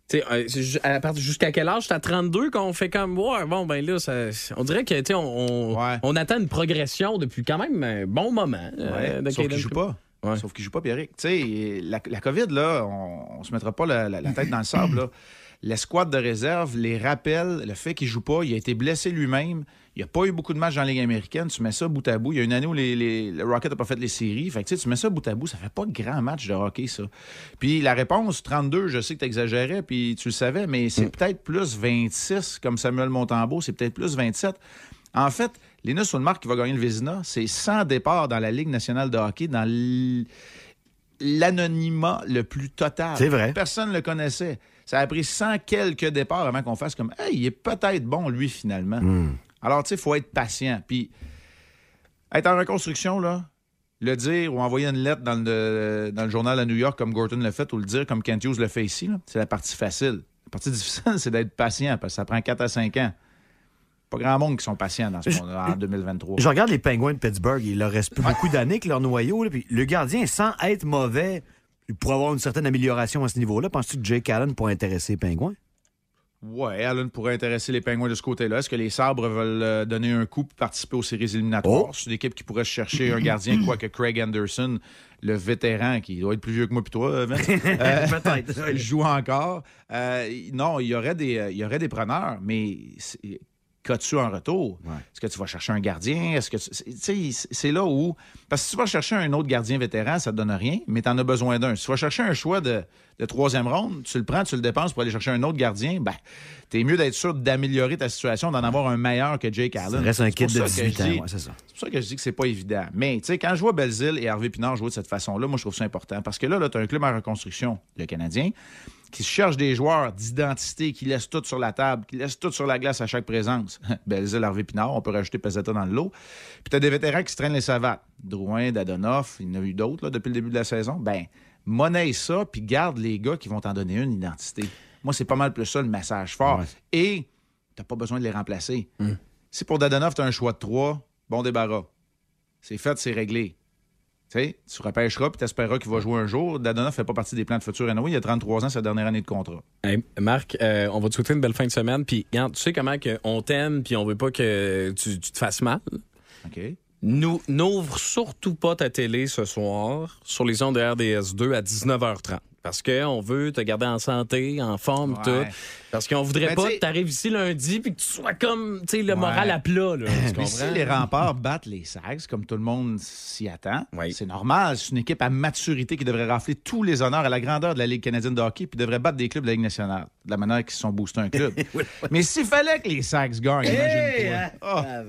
S3: tu sais, euh, c'est ju- à partir- Jusqu'à quel âge? C'est à 32 qu'on fait comme. Ouais, bon, ben là, ça- on dirait que, tu sais, on, on- on attend une progression depuis quand même un bon moment. euh, de
S14: Ouais, sauf
S3: Caden
S14: qu'il joue
S3: Primo.
S14: pas. Sauf qu'il joue pas, Pierrick. Tu sais, la, la COVID, là, on, on se mettra pas la, la- la tête dans le sable.
S3: <clears throat>
S14: là. L'escouade de réserve, les rappels, le fait qu'il joue pas, il a été blessé lui-même. Il n'y a pas eu beaucoup de matchs dans la Ligue américaine. Tu mets ça bout à bout. Il y a une année où les, les- le Rocket n'a pas fait les séries. Fait que, tu sais, tu mets ça bout à bout. Ça fait pas grand match de hockey, ça. Puis la réponse, 32, je sais que tu exagérais, puis tu le savais, mais
S6: Mm.
S14: c'est peut-être plus 26, comme Samuel Montembeau, c'est peut-être plus 27. En fait, Linus Ulmark qui va gagner le Vézina, c'est 100 départs dans la Ligue nationale de hockey, dans l- l'anonymat le plus total.
S6: C'est vrai.
S14: Personne ne le connaissait. Ça a pris 100 quelques départs avant qu'on fasse comme Hey, il est peut-être bon, lui, finalement.
S6: Mm.
S14: Mm. Alors, tu sais, il faut être patient. Puis, être en reconstruction, là, le dire ou envoyer une lettre dans le, dans le journal à New York comme Gorton l'a fait ou le dire comme Kent Hughes le fait ici, là, c'est la partie facile. La partie <laughs> difficile, c'est d'être patient parce que ça prend 4 à 5 ans. Pas grand monde qui sont patients dans ce
S6: Je-
S14: monde en 2023.
S6: Je regarde les pingouins de Pittsburgh, il leur reste plus beaucoup d'années que leur noyau. là, puis le gardien, sans être mauvais, il pourrait avoir une certaine amélioration à ce niveau-là. Penses-tu que Jake Allen pourrait intéresser les pingouins?
S14: Ouais, Allen pourrait intéresser les pingouins de ce côté-là. Est-ce que les sabres veulent euh, donner un coup pour participer aux séries
S6: Oh.
S14: éliminatoires? C'est une équipe qui pourrait chercher un gardien,
S6: <clears throat>
S14: quoique Craig Anderson, le vétéran, qui doit être plus vieux que moi puis toi, euh,
S6: <laughs>
S14: Vince, euh, <laughs>
S6: Peut-être, oui.
S14: joue encore. Euh, non, il y aurait des, euh, il y aurait des preneurs, mais c'est- qu'as-tu en retour? Est-ce que tu vas chercher un gardien? Est-ce que tu- c'est- tu sais, c'est là où parce que si tu vas chercher un autre gardien vétéran, ça te donne rien, mais tu en as besoin d'un. Si tu vas chercher un choix de, de troisième ronde, tu le prends, tu le dépenses pour aller chercher un autre gardien, ben t'es mieux d'être sûr d'améliorer ta situation, d'en avoir un meilleur que Jake Allen.
S6: reste un
S14: C'est pour
S6: kid de
S14: ça que
S6: 18
S14: je
S6: ans,
S14: dis-
S6: ouais, c'est ça.
S14: c'est pour ça que je dis que c'est pas évident. Mais tu sais, quand je vois Belzile et Harvey Pinard jouer de cette façon-là, moi je trouve ça important. Parce que là, là tu as un club en reconstruction, le Canadien, qui cherche des joueurs d'identité, qui laissent tout sur la table, qui laissent tout sur la glace à chaque présence. <laughs> Belzile, Harvey Pinard, on peut rajouter Pesetta dans le lot. Puis tu as des vétérans qui se traînent les savates. Drouin, Dadonoff, il y en a eu d'autres là, depuis le début de la saison. Ben, monnaie ça, puis garde les gars qui vont t'en donner une identité. Moi, c'est pas mal plus ça le message fort. Et t'as pas besoin de les remplacer. Si pour Dadanov, tu as un choix de trois, bon débarras. C'est fait, c'est réglé. Tu sais, tu repêcheras puis t'espéreras qu'il va jouer un jour. Dadanov fait pas partie des plans de futur. Anyway, il a 33 ans, sa dernière année de contrat.
S3: Hey, Marc, euh, on va te souhaiter une belle fin de semaine. Puis, regarde, tu sais comment que on t'aime, puis on veut pas que tu, tu te fasses mal.
S14: OK.
S3: Nous, n'ouvre surtout pas ta télé ce soir sur les ondes de RDS2 à 19h30. Parce qu'on veut te garder en santé, en forme,
S14: Ouais.
S3: tout. Parce qu'on voudrait
S14: Mais
S3: pas
S14: t'sais-
S3: que t'arrives ici lundi puis que tu sois comme, tu sais, le
S14: Ouais.
S3: moral à plat, là. tu
S14: <laughs> Mais
S3: comprends?
S14: si les remparts battent les Sags, comme tout le monde s'y attend, c'est normal. C'est une équipe à maturité qui devrait rafler tous les honneurs à la grandeur de la Ligue canadienne de hockey puis devrait battre des clubs de la Ligue nationale, de la manière qu'ils se sont boostés un club. Mais s'il fallait que les Sags
S6: Ah,
S14: gagnent, imagine-toi.
S3: hein?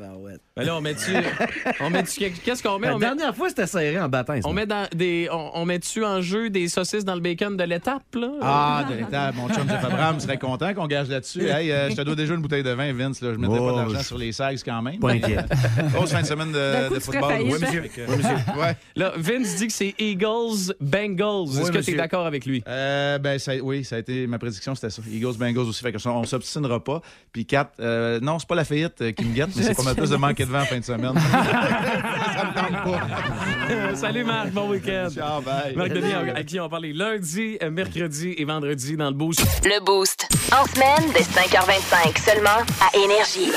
S3: Ben là, on met-tu.
S14: Ah.
S3: <laughs> on met-tu quelque- Qu'est-ce qu'on met?
S6: La
S3: On met...
S6: dernière fois, c'était serré en battant.
S3: On met dans des, on, on met-tu en jeu des saucisses dans le bacon de l'étape, là? Euh,
S14: Ah, de l'étable. Mon chum Jeff Abraham serait content qu'on gage là-dessus. Hey, euh, je te dois déjà une bouteille de vin, Vince. Là. Je mettrais
S6: Oh,
S14: pas d'argent
S6: je-
S14: sur les sags quand même.
S6: Pas inquiète.
S14: <laughs> Grosse fin de semaine
S6: D'un
S14: de,
S6: coup,
S14: de
S6: tu serais
S14: football.
S6: failli, hein?
S14: Fait que-
S6: Oui, monsieur.
S3: Là, Vince dit que c'est Eagles, Bengals.
S14: Oui,
S3: Est-ce que tu
S14: monsieur.
S3: es d'accord avec lui?
S14: Euh, ben, ça- oui, ça a été ma prédiction, c'était ça. Eagles, Bengals aussi. Fait que ça, on s'obstinera pas. Puis 4, non, c'est pas la faillite euh, qui me guette, mais c'est qu'on a plus de manquer de vent en fin de semaine. <laughs>
S3: Salut Marc, bon week-end.
S14: Ciao, bye.
S3: Marc Denis, à qui on va parler lundi, euh, mercredi et vendredi dans le boost.
S1: Le Boost. En semaine de 5h25 seulement à Énergie.